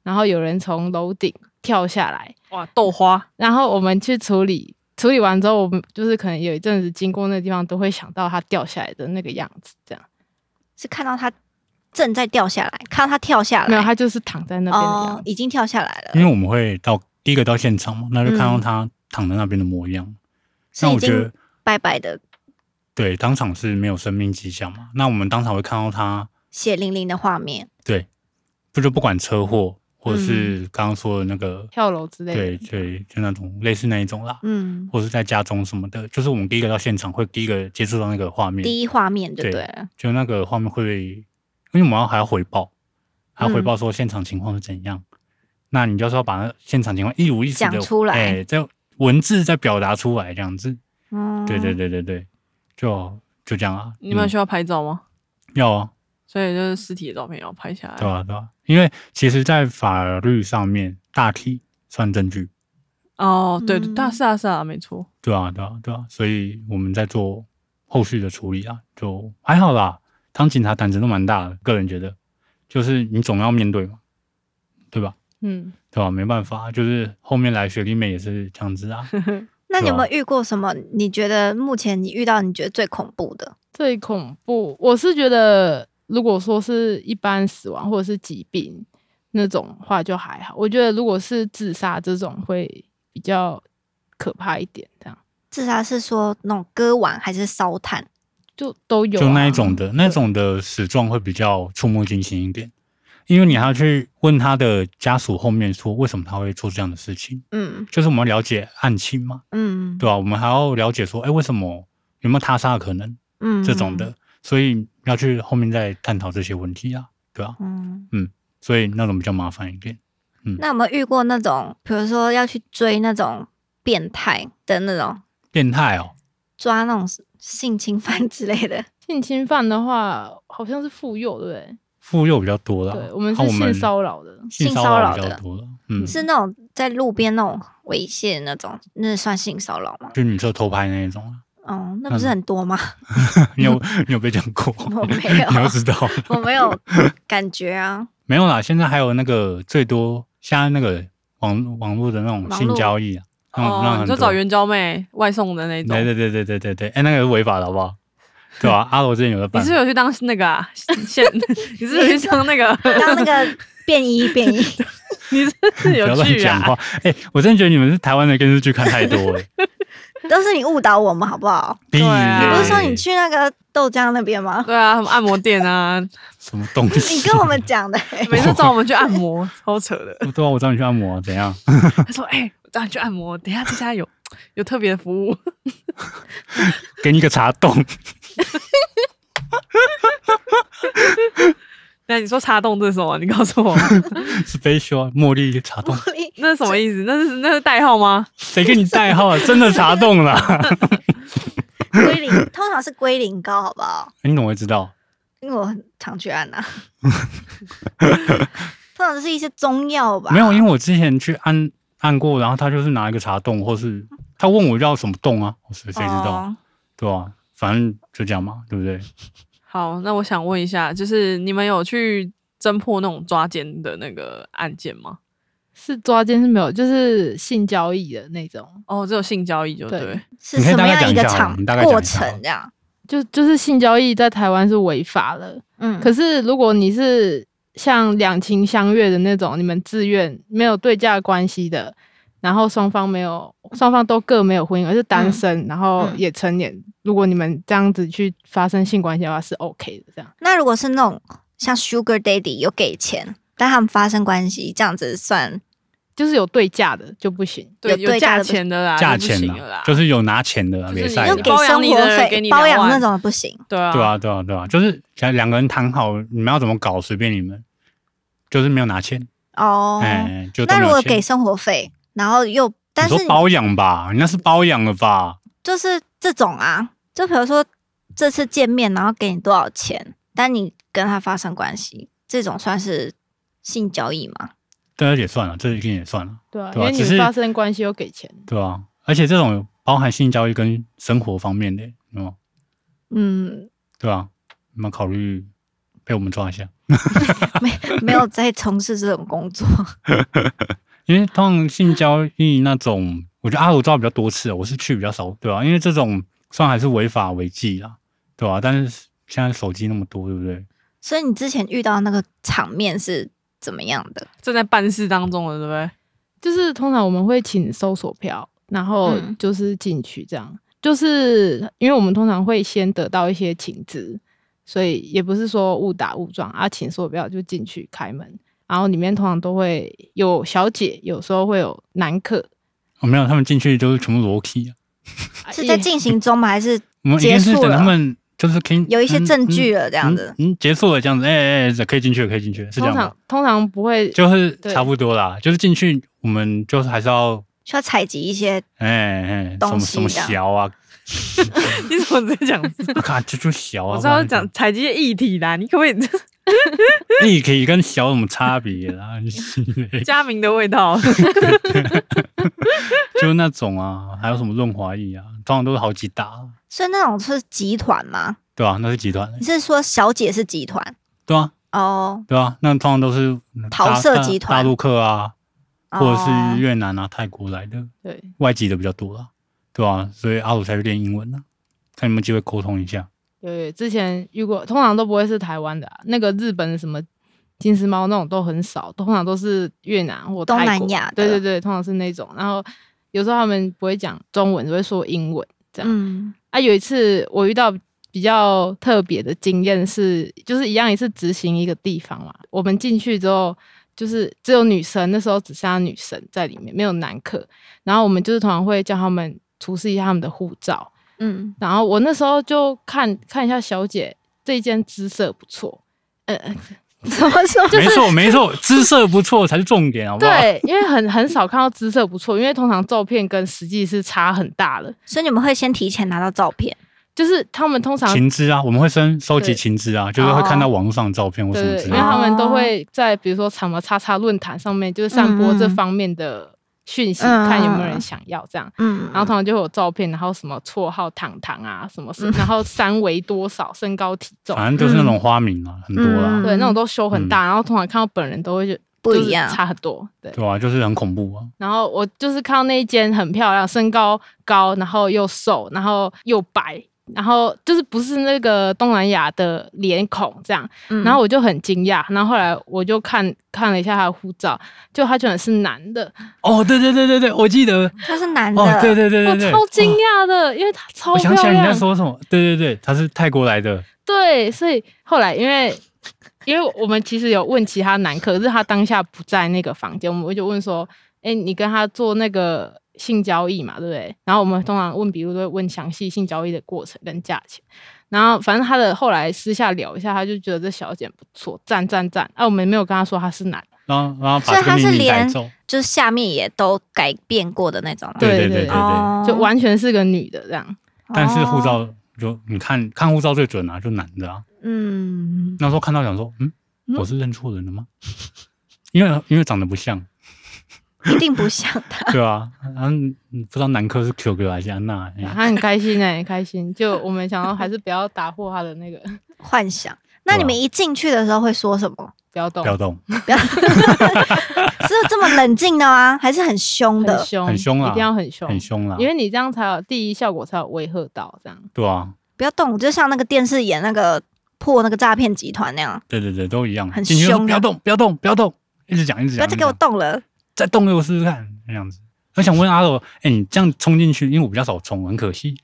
[SPEAKER 4] 然后有人从楼顶跳下来，
[SPEAKER 1] 哇，豆花！
[SPEAKER 4] 然后我们去处理，处理完之后，我们就是可能有一阵子经过那地方，都会想到它掉下来的那个样子，这样。
[SPEAKER 3] 是看到她正在掉下来，看到她跳下来，
[SPEAKER 4] 没有，它就是躺在那边的样
[SPEAKER 3] 哦
[SPEAKER 4] 子，。
[SPEAKER 3] 已经跳下来
[SPEAKER 2] 因
[SPEAKER 3] 了，
[SPEAKER 2] 为我们会到第一个到现场嘛，那就看到
[SPEAKER 3] 嗯
[SPEAKER 2] 他躺在那边的模样。
[SPEAKER 3] 是
[SPEAKER 2] 那
[SPEAKER 3] 已
[SPEAKER 2] 我觉得
[SPEAKER 3] 经拜拜的
[SPEAKER 2] 对，当场是没有生命迹象嘛。那我们当场会看到他
[SPEAKER 3] 血淋淋的画面。
[SPEAKER 2] 不就不管车祸，或者是刚刚说的那个，
[SPEAKER 4] 跳楼之类的。
[SPEAKER 2] 对对，就那种类似那一种啦，
[SPEAKER 3] 嗯，
[SPEAKER 2] 或者是在家中什么的，就是我们第一个到现场会第一个接触到那个画面，
[SPEAKER 3] 第一画面就
[SPEAKER 2] 对
[SPEAKER 3] 对了。
[SPEAKER 2] 就那个画面会，因为我们要还要回报，还要回
[SPEAKER 3] 嗯
[SPEAKER 2] 报说现场情况是怎样。那你就是要把那现场情况一如一
[SPEAKER 3] 讲
[SPEAKER 2] 的
[SPEAKER 3] 出来
[SPEAKER 2] 哎、在文字再表达出来这样子。
[SPEAKER 3] 嗯，
[SPEAKER 2] 对对对对对，就就这样啊。
[SPEAKER 1] 你们
[SPEAKER 2] 嗯
[SPEAKER 1] 需要拍照吗？
[SPEAKER 2] 要啊，
[SPEAKER 1] 所以就是尸体的照片也要拍下来。
[SPEAKER 2] 对啊对啊，因为其实，在法律上面，大体算证据，
[SPEAKER 1] 哦，对，
[SPEAKER 3] 嗯
[SPEAKER 1] 大是啊是啊，没错。
[SPEAKER 2] 对啊对啊对啊，所以我们在做后续的处理啊，就还好啦。当警察胆子都蛮大的，个人觉得，就是你总要面对嘛，对吧？
[SPEAKER 4] 嗯，
[SPEAKER 2] 对吧、啊没办法，就是后面来学弟妹也是这样子 啊。
[SPEAKER 3] 那你有
[SPEAKER 2] 对
[SPEAKER 3] 没
[SPEAKER 2] 啊
[SPEAKER 3] 有遇过什么？你觉得目前你遇到你觉得最恐怖的？
[SPEAKER 4] 最恐怖，我是觉得，如果说是一般死亡或者是疾病那种话就还好，我觉得如果是自杀这种会比较可怕一点，这样
[SPEAKER 3] 自杀是说那种割腕还是烧炭？
[SPEAKER 4] 就都有、啊、
[SPEAKER 2] 就那一种的，那种的死状会比较触目惊心一点，因为你还要去问他的家属后面说为什么他会做这样的事情，
[SPEAKER 3] 嗯
[SPEAKER 2] 就是我们要了解案情嘛，
[SPEAKER 3] 嗯
[SPEAKER 2] 对吧、我们还要了解说，哎，为什么有没有他杀的可能
[SPEAKER 3] 嗯
[SPEAKER 2] 这种的，，所以要去后面再探讨这些问题啊，对吧、
[SPEAKER 3] 嗯。
[SPEAKER 2] 所以那种比较麻烦一点。
[SPEAKER 3] 那有没有遇过那种，比如说要去追那种变态的那种，
[SPEAKER 2] 变态哦，
[SPEAKER 3] 抓那种性侵犯之类的？
[SPEAKER 4] 性侵犯的话，好像是妇幼，对不对？
[SPEAKER 2] 妇幼比较多啦，
[SPEAKER 4] 对我们
[SPEAKER 2] 啊
[SPEAKER 4] 是性骚扰的
[SPEAKER 2] 性
[SPEAKER 3] 性
[SPEAKER 2] 骚
[SPEAKER 3] 骚
[SPEAKER 2] 扰
[SPEAKER 3] 扰
[SPEAKER 2] 比较
[SPEAKER 3] 的
[SPEAKER 2] 多了，嗯，
[SPEAKER 3] 是那种在路边那种猥亵那种，那算性骚扰吗？
[SPEAKER 2] 就女厕偷拍那一种啊。
[SPEAKER 3] 哦，那不是很多吗？
[SPEAKER 2] 你有你有被讲过？
[SPEAKER 3] 我没有
[SPEAKER 2] 你要知道，
[SPEAKER 3] 我没有感觉 啊。
[SPEAKER 2] 没有啦。现在还有那个最多，现在那个网网络的那种
[SPEAKER 3] 网
[SPEAKER 2] 性
[SPEAKER 3] 络
[SPEAKER 2] 交易啊，那种让
[SPEAKER 1] 哦，
[SPEAKER 2] 很
[SPEAKER 1] 你就
[SPEAKER 2] 多
[SPEAKER 1] 找援交妹外送的那种
[SPEAKER 2] 对。对对对对对对，哎，那个是违法的，好不好？对吧、阿罗之前有在
[SPEAKER 1] 你
[SPEAKER 2] 办
[SPEAKER 1] 是不是，有去当那个啊？ 现，你是不是去当那个？
[SPEAKER 3] 当那个便衣 便衣，
[SPEAKER 1] 你是不是
[SPEAKER 2] 不要
[SPEAKER 1] 有
[SPEAKER 2] 乱
[SPEAKER 1] 去
[SPEAKER 2] 讲
[SPEAKER 1] 啊？
[SPEAKER 2] 话。哎，我真的觉得你们是台湾的电视剧看太多了。
[SPEAKER 3] 都是你误导我们好 不好？
[SPEAKER 2] 屁
[SPEAKER 1] 啊
[SPEAKER 3] 你
[SPEAKER 2] 咧
[SPEAKER 3] 不是说你去那个豆浆那边吗？
[SPEAKER 1] 对啊，什么按摩店 啊，
[SPEAKER 2] 什么东西？
[SPEAKER 3] 你跟我们讲的、欸
[SPEAKER 1] 每次找我们去按摩，超扯的。
[SPEAKER 2] 对啊，我找你去按摩、怎样？
[SPEAKER 1] 他说：“哎、我带你去按摩，等一下这家有有特别的服务。
[SPEAKER 2] 给你一个茶洞，
[SPEAKER 1] 那你说茶洞这是什么？你告诉我，
[SPEAKER 2] 是杯修啊茉莉茶洞，
[SPEAKER 1] 那是什么意思？那是那是代号吗？
[SPEAKER 2] 谁给你代号啊？真的茶洞 啦！
[SPEAKER 3] 归零，通常是归零高好不好？
[SPEAKER 2] 哎你怎么会知道？
[SPEAKER 3] 因为我很常 去按呐、啊。通常是一些中药吧？
[SPEAKER 2] 没有，因为我之前去按按过，然后他就是拿一个茶洞，或是他问我要什么洞啊，我谁谁知道，
[SPEAKER 3] 哦
[SPEAKER 2] 对啊？反正就这样嘛，对不对？
[SPEAKER 1] 好，那我想问一下，就是你们有去侦破那种抓奸的那个案件吗？
[SPEAKER 4] 是抓奸是没有，就是性交易的那种，
[SPEAKER 1] 哦，只有性交易就对。
[SPEAKER 4] 对
[SPEAKER 3] 是
[SPEAKER 2] 你可以
[SPEAKER 3] 什么
[SPEAKER 2] 大概
[SPEAKER 3] 样
[SPEAKER 2] 讲
[SPEAKER 3] 一
[SPEAKER 2] 一
[SPEAKER 3] 个
[SPEAKER 2] 下好了
[SPEAKER 3] 场
[SPEAKER 2] 你大概讲
[SPEAKER 3] 过
[SPEAKER 2] 一下好
[SPEAKER 3] 程
[SPEAKER 2] 了
[SPEAKER 3] 这样？
[SPEAKER 4] 就就是性交易在台湾是违法的。
[SPEAKER 3] 嗯，
[SPEAKER 4] 可是如果你是像两情相悦的那种，你们自愿没有对价关系的，然后双方没有双方都各没有婚姻，而是
[SPEAKER 2] 嗯
[SPEAKER 4] 单身，然后也成年，如果你们这样子去发生性关系的话是 OK 的，这样
[SPEAKER 3] 那如果是那种像 Sugar Daddy 有给钱，但他们发生关系，这样子算
[SPEAKER 4] 就是有对价的就不行。
[SPEAKER 1] 对，
[SPEAKER 3] 有
[SPEAKER 1] 有
[SPEAKER 3] 对价
[SPEAKER 1] 价
[SPEAKER 3] 的不
[SPEAKER 1] 钱的啦，
[SPEAKER 2] 价
[SPEAKER 1] 就不
[SPEAKER 2] 钱
[SPEAKER 1] 行了
[SPEAKER 2] 啊
[SPEAKER 1] 啦，，
[SPEAKER 2] 就是有拿钱的啊，
[SPEAKER 1] 就是
[SPEAKER 2] 没
[SPEAKER 1] 你对
[SPEAKER 2] 赛
[SPEAKER 3] 就
[SPEAKER 1] 啊
[SPEAKER 3] 给
[SPEAKER 1] 包养
[SPEAKER 3] 生
[SPEAKER 1] 你的
[SPEAKER 3] 活
[SPEAKER 1] 人给
[SPEAKER 3] 费
[SPEAKER 1] 你
[SPEAKER 3] 包
[SPEAKER 1] 两
[SPEAKER 3] 养
[SPEAKER 1] 万
[SPEAKER 3] 那种的不行。
[SPEAKER 1] 对啊，
[SPEAKER 2] 对啊，对啊，对啊，就是想两个人谈好，你们要怎么搞随便你们，就是没有拿钱，
[SPEAKER 3] 哦。
[SPEAKER 2] 哎、就都
[SPEAKER 3] 那
[SPEAKER 2] 没
[SPEAKER 3] 如
[SPEAKER 2] 有
[SPEAKER 3] 果
[SPEAKER 2] 钱
[SPEAKER 3] 给。生活费，然后又但
[SPEAKER 2] 你
[SPEAKER 3] 是
[SPEAKER 2] 说包养吧，你那是包养了吧？
[SPEAKER 3] 就是这种啊，就比如说这次见面，然后给你多少钱，但你跟他发生关系，这种算是性交易吗？
[SPEAKER 2] 这啊也算了，这一定也算了，
[SPEAKER 4] 对啊，
[SPEAKER 2] 对
[SPEAKER 4] 因
[SPEAKER 2] 啊
[SPEAKER 4] 为你
[SPEAKER 2] 只是
[SPEAKER 4] 们发生关系又给钱，
[SPEAKER 2] 对啊？而且这种包含性交易跟生活方面的，有吗？
[SPEAKER 3] 嗯，
[SPEAKER 2] 对啊，你们考虑被我们抓一下。
[SPEAKER 3] 没没有在从事这种工作。
[SPEAKER 2] 因为通常性交易那种，我觉得阿鲁抓比较多次，我是去比较少，对吧、因为这种算还是违法违纪啦，对吧、但是现在手机那么多，对不对？
[SPEAKER 3] 所以你之前遇到那个场面是怎么样的？
[SPEAKER 1] 正在办事当中了，对不对？
[SPEAKER 4] 就是通常我们会请搜索票，然后
[SPEAKER 3] 嗯
[SPEAKER 4] 就是进去这样。就是因为我们通常会先得到一些请资，所以也不是说误打误撞啊，请说不要就进去开门，然后里面通常都会有小姐，有时候会有男客，
[SPEAKER 2] 哦，没有，他们进去都是全部裸体、啊，嗯
[SPEAKER 4] 啊
[SPEAKER 3] 是在
[SPEAKER 4] 也
[SPEAKER 3] 进行中吗？还是
[SPEAKER 2] 我们一定
[SPEAKER 3] 结
[SPEAKER 2] 是
[SPEAKER 3] 束
[SPEAKER 2] 等他
[SPEAKER 3] 了
[SPEAKER 2] 们就是可以
[SPEAKER 3] 有一些
[SPEAKER 2] 嗯
[SPEAKER 3] 证据
[SPEAKER 2] 嗯
[SPEAKER 3] 了这样子？
[SPEAKER 2] 嗯，嗯结束了这样子，哎哎哎，可以进去了，可以进去了，是这
[SPEAKER 4] 通
[SPEAKER 2] 样
[SPEAKER 4] 常
[SPEAKER 2] 吗？
[SPEAKER 4] 通常不会
[SPEAKER 2] 就是
[SPEAKER 4] 对
[SPEAKER 2] 差不多啦，就是进去我们就是还是要
[SPEAKER 3] 需要采集一些
[SPEAKER 2] 哎哎什
[SPEAKER 3] 东
[SPEAKER 2] 么
[SPEAKER 3] 西
[SPEAKER 2] 什么
[SPEAKER 3] 这样
[SPEAKER 2] 小啊，
[SPEAKER 1] 你怎么在讲？
[SPEAKER 2] 啊看这就小
[SPEAKER 1] 我
[SPEAKER 2] 啊，
[SPEAKER 1] 知道
[SPEAKER 2] 不然
[SPEAKER 1] 哦讲采集议题啦，你可不可以
[SPEAKER 2] 立体跟小有什么差别啦？
[SPEAKER 1] 加明的味道？
[SPEAKER 2] 就那种啊，还有什么润滑液啊，通常都是好几打，
[SPEAKER 3] 所以那种是集团吗？
[SPEAKER 2] 对吧、那是集团的
[SPEAKER 3] 你，是说小姐是集团
[SPEAKER 2] 对啊，
[SPEAKER 3] 哦？
[SPEAKER 2] 对啊，那通常都是嗯
[SPEAKER 3] 桃
[SPEAKER 2] 大
[SPEAKER 3] 色
[SPEAKER 2] 大
[SPEAKER 3] 集团
[SPEAKER 2] 大陆客啊，或者
[SPEAKER 3] 哦
[SPEAKER 2] 是越南啊、泰国来的
[SPEAKER 4] 对
[SPEAKER 2] 外籍的比较多啦，对吧、所以阿鲁才去练英文啊，看有没有机会沟通一下。
[SPEAKER 4] 有有之前遇过，通常都不会是台湾的、啊，那个日本什么金丝猫那种都很少，通常都是越南或
[SPEAKER 3] 东
[SPEAKER 4] 泰
[SPEAKER 3] 南
[SPEAKER 4] 国
[SPEAKER 3] 亚
[SPEAKER 4] 对
[SPEAKER 3] 的
[SPEAKER 4] 对对，通常是那种。然后有时候他们不会讲中文，只会说英文这样。
[SPEAKER 3] 嗯，
[SPEAKER 4] 啊，有一次我遇到比较特别的经验是，就是一样也是执行一个地方嘛，我们进去之后。就是只有女生，那时候只剩下女生在里面，没有男客。然后我们就是通常会叫他们出示一下他们的护照，
[SPEAKER 3] 嗯，
[SPEAKER 4] 然后我那时候就看看一下小姐这一件姿色不错，呃， 呃
[SPEAKER 3] 什么 时候
[SPEAKER 2] 没错，没错， 姿色不错才是重点，好不好？
[SPEAKER 4] 对，因为很很少看到姿色不错，因为通常照片跟实际是差很大的，
[SPEAKER 3] 所以你们会先提前拿到照片，
[SPEAKER 4] 就是他们通常
[SPEAKER 2] 情资啊，我们会收收集
[SPEAKER 4] 对哦
[SPEAKER 2] 情资啊，就是会看到网络上的照片或
[SPEAKER 4] 对
[SPEAKER 2] 什么
[SPEAKER 4] 对，
[SPEAKER 2] 之
[SPEAKER 4] 因
[SPEAKER 2] 类
[SPEAKER 4] 为
[SPEAKER 2] 的。
[SPEAKER 4] 他们都会在比如说什么叉叉论坛上面，就是散播
[SPEAKER 3] 嗯
[SPEAKER 4] 这
[SPEAKER 3] 嗯
[SPEAKER 4] 方面的讯息，
[SPEAKER 3] 嗯
[SPEAKER 4] 看有没有
[SPEAKER 3] 嗯嗯
[SPEAKER 4] 人想要这样。
[SPEAKER 3] 嗯，
[SPEAKER 4] 然后通常就会有照片，然后什么绰号糖糖啊，什 么什，然后三围多少，身高体重，
[SPEAKER 2] 反正嗯就是那种花名啊，很多啦，
[SPEAKER 4] 对，那种都修很大，然后通常看到本人都会就
[SPEAKER 3] 不
[SPEAKER 4] 就是
[SPEAKER 3] 一样
[SPEAKER 4] 差很多。对，
[SPEAKER 2] 对啊，就是很恐怖啊。
[SPEAKER 4] 然后我就是看到那一间很漂亮，身高高，然后又瘦，然后又白，然后就是不是那个东南亚的脸孔这样，
[SPEAKER 3] 嗯
[SPEAKER 4] 然后我就很惊讶，然后后来我就看看了一下他的护照，就他居然是男的，
[SPEAKER 2] 哦，对对对对对，我记得，
[SPEAKER 3] 他是男的，
[SPEAKER 2] 哦，对对对
[SPEAKER 4] 我
[SPEAKER 2] 对对，
[SPEAKER 4] 超惊
[SPEAKER 2] 哦
[SPEAKER 4] 讶的，因为他超
[SPEAKER 2] 我
[SPEAKER 4] 漂
[SPEAKER 2] 想起来你在
[SPEAKER 4] 亮，
[SPEAKER 2] 说什么？对对对，他是泰国来的，
[SPEAKER 4] 对，所以后来因为。因为我们其实有问其他男客，可是他当下不在那个房间，我们就问说：“哎、你跟他做那个性交易嘛，对不对？”然后我们通常问，比如都会问详细性交易的过程跟价钱。然后反正他的后来私下聊一下，他就觉得这小姐不错，赞赞赞。啊，我们没有跟他说他是男的，
[SPEAKER 2] 然后然后
[SPEAKER 3] 所
[SPEAKER 2] 把
[SPEAKER 3] 以他
[SPEAKER 2] 这
[SPEAKER 3] 是
[SPEAKER 2] 个秘密带
[SPEAKER 3] 连
[SPEAKER 2] 走。
[SPEAKER 3] 就是下面也都改变过的那种吗，
[SPEAKER 2] 对对
[SPEAKER 4] 对
[SPEAKER 2] 对
[SPEAKER 4] 对
[SPEAKER 2] 对对，
[SPEAKER 3] 哦
[SPEAKER 4] 就完全是个女的这样。
[SPEAKER 2] 但是护，照就你看看护照最准啊，就男的啊。
[SPEAKER 3] 嗯，
[SPEAKER 2] 那时候看到想说，嗯，我是认错人了吗？因为因为长得不像，
[SPEAKER 3] 一定不像他，
[SPEAKER 2] 对 啊，然后嗯不知道男科是 Q 哥还是安娜，哎
[SPEAKER 4] 他很开心哎、开心。就我们想到还是不要打破他的那个，
[SPEAKER 3] 幻想。
[SPEAKER 2] 啊
[SPEAKER 3] 那你们一进去的时候会说什么？
[SPEAKER 4] 不要动
[SPEAKER 2] 不，要动，
[SPEAKER 3] 是这么冷静的吗？还是很凶
[SPEAKER 4] 很
[SPEAKER 3] 的？
[SPEAKER 4] 凶，
[SPEAKER 2] 很凶啊
[SPEAKER 4] 一定要很凶，
[SPEAKER 2] 很凶啦
[SPEAKER 4] 因，为你这样才有第一效果，才有威吓到这样。
[SPEAKER 2] 对啊，
[SPEAKER 3] 不要动，就像那个电视演那个破那个诈骗集团那样，
[SPEAKER 2] 对对对，都一样，
[SPEAKER 3] 很
[SPEAKER 2] 进去就说
[SPEAKER 4] 啊
[SPEAKER 3] 凶
[SPEAKER 2] 不
[SPEAKER 3] 的
[SPEAKER 2] 要动，不要动，不要动，一直讲一直
[SPEAKER 3] 不
[SPEAKER 2] 讲，
[SPEAKER 3] 要再给我
[SPEAKER 2] 一直讲哎
[SPEAKER 3] 动了。
[SPEAKER 2] 再动给我试试看，这样子。我想问阿罗，哎，你这样冲进去，因为我比较少冲，很可 惜，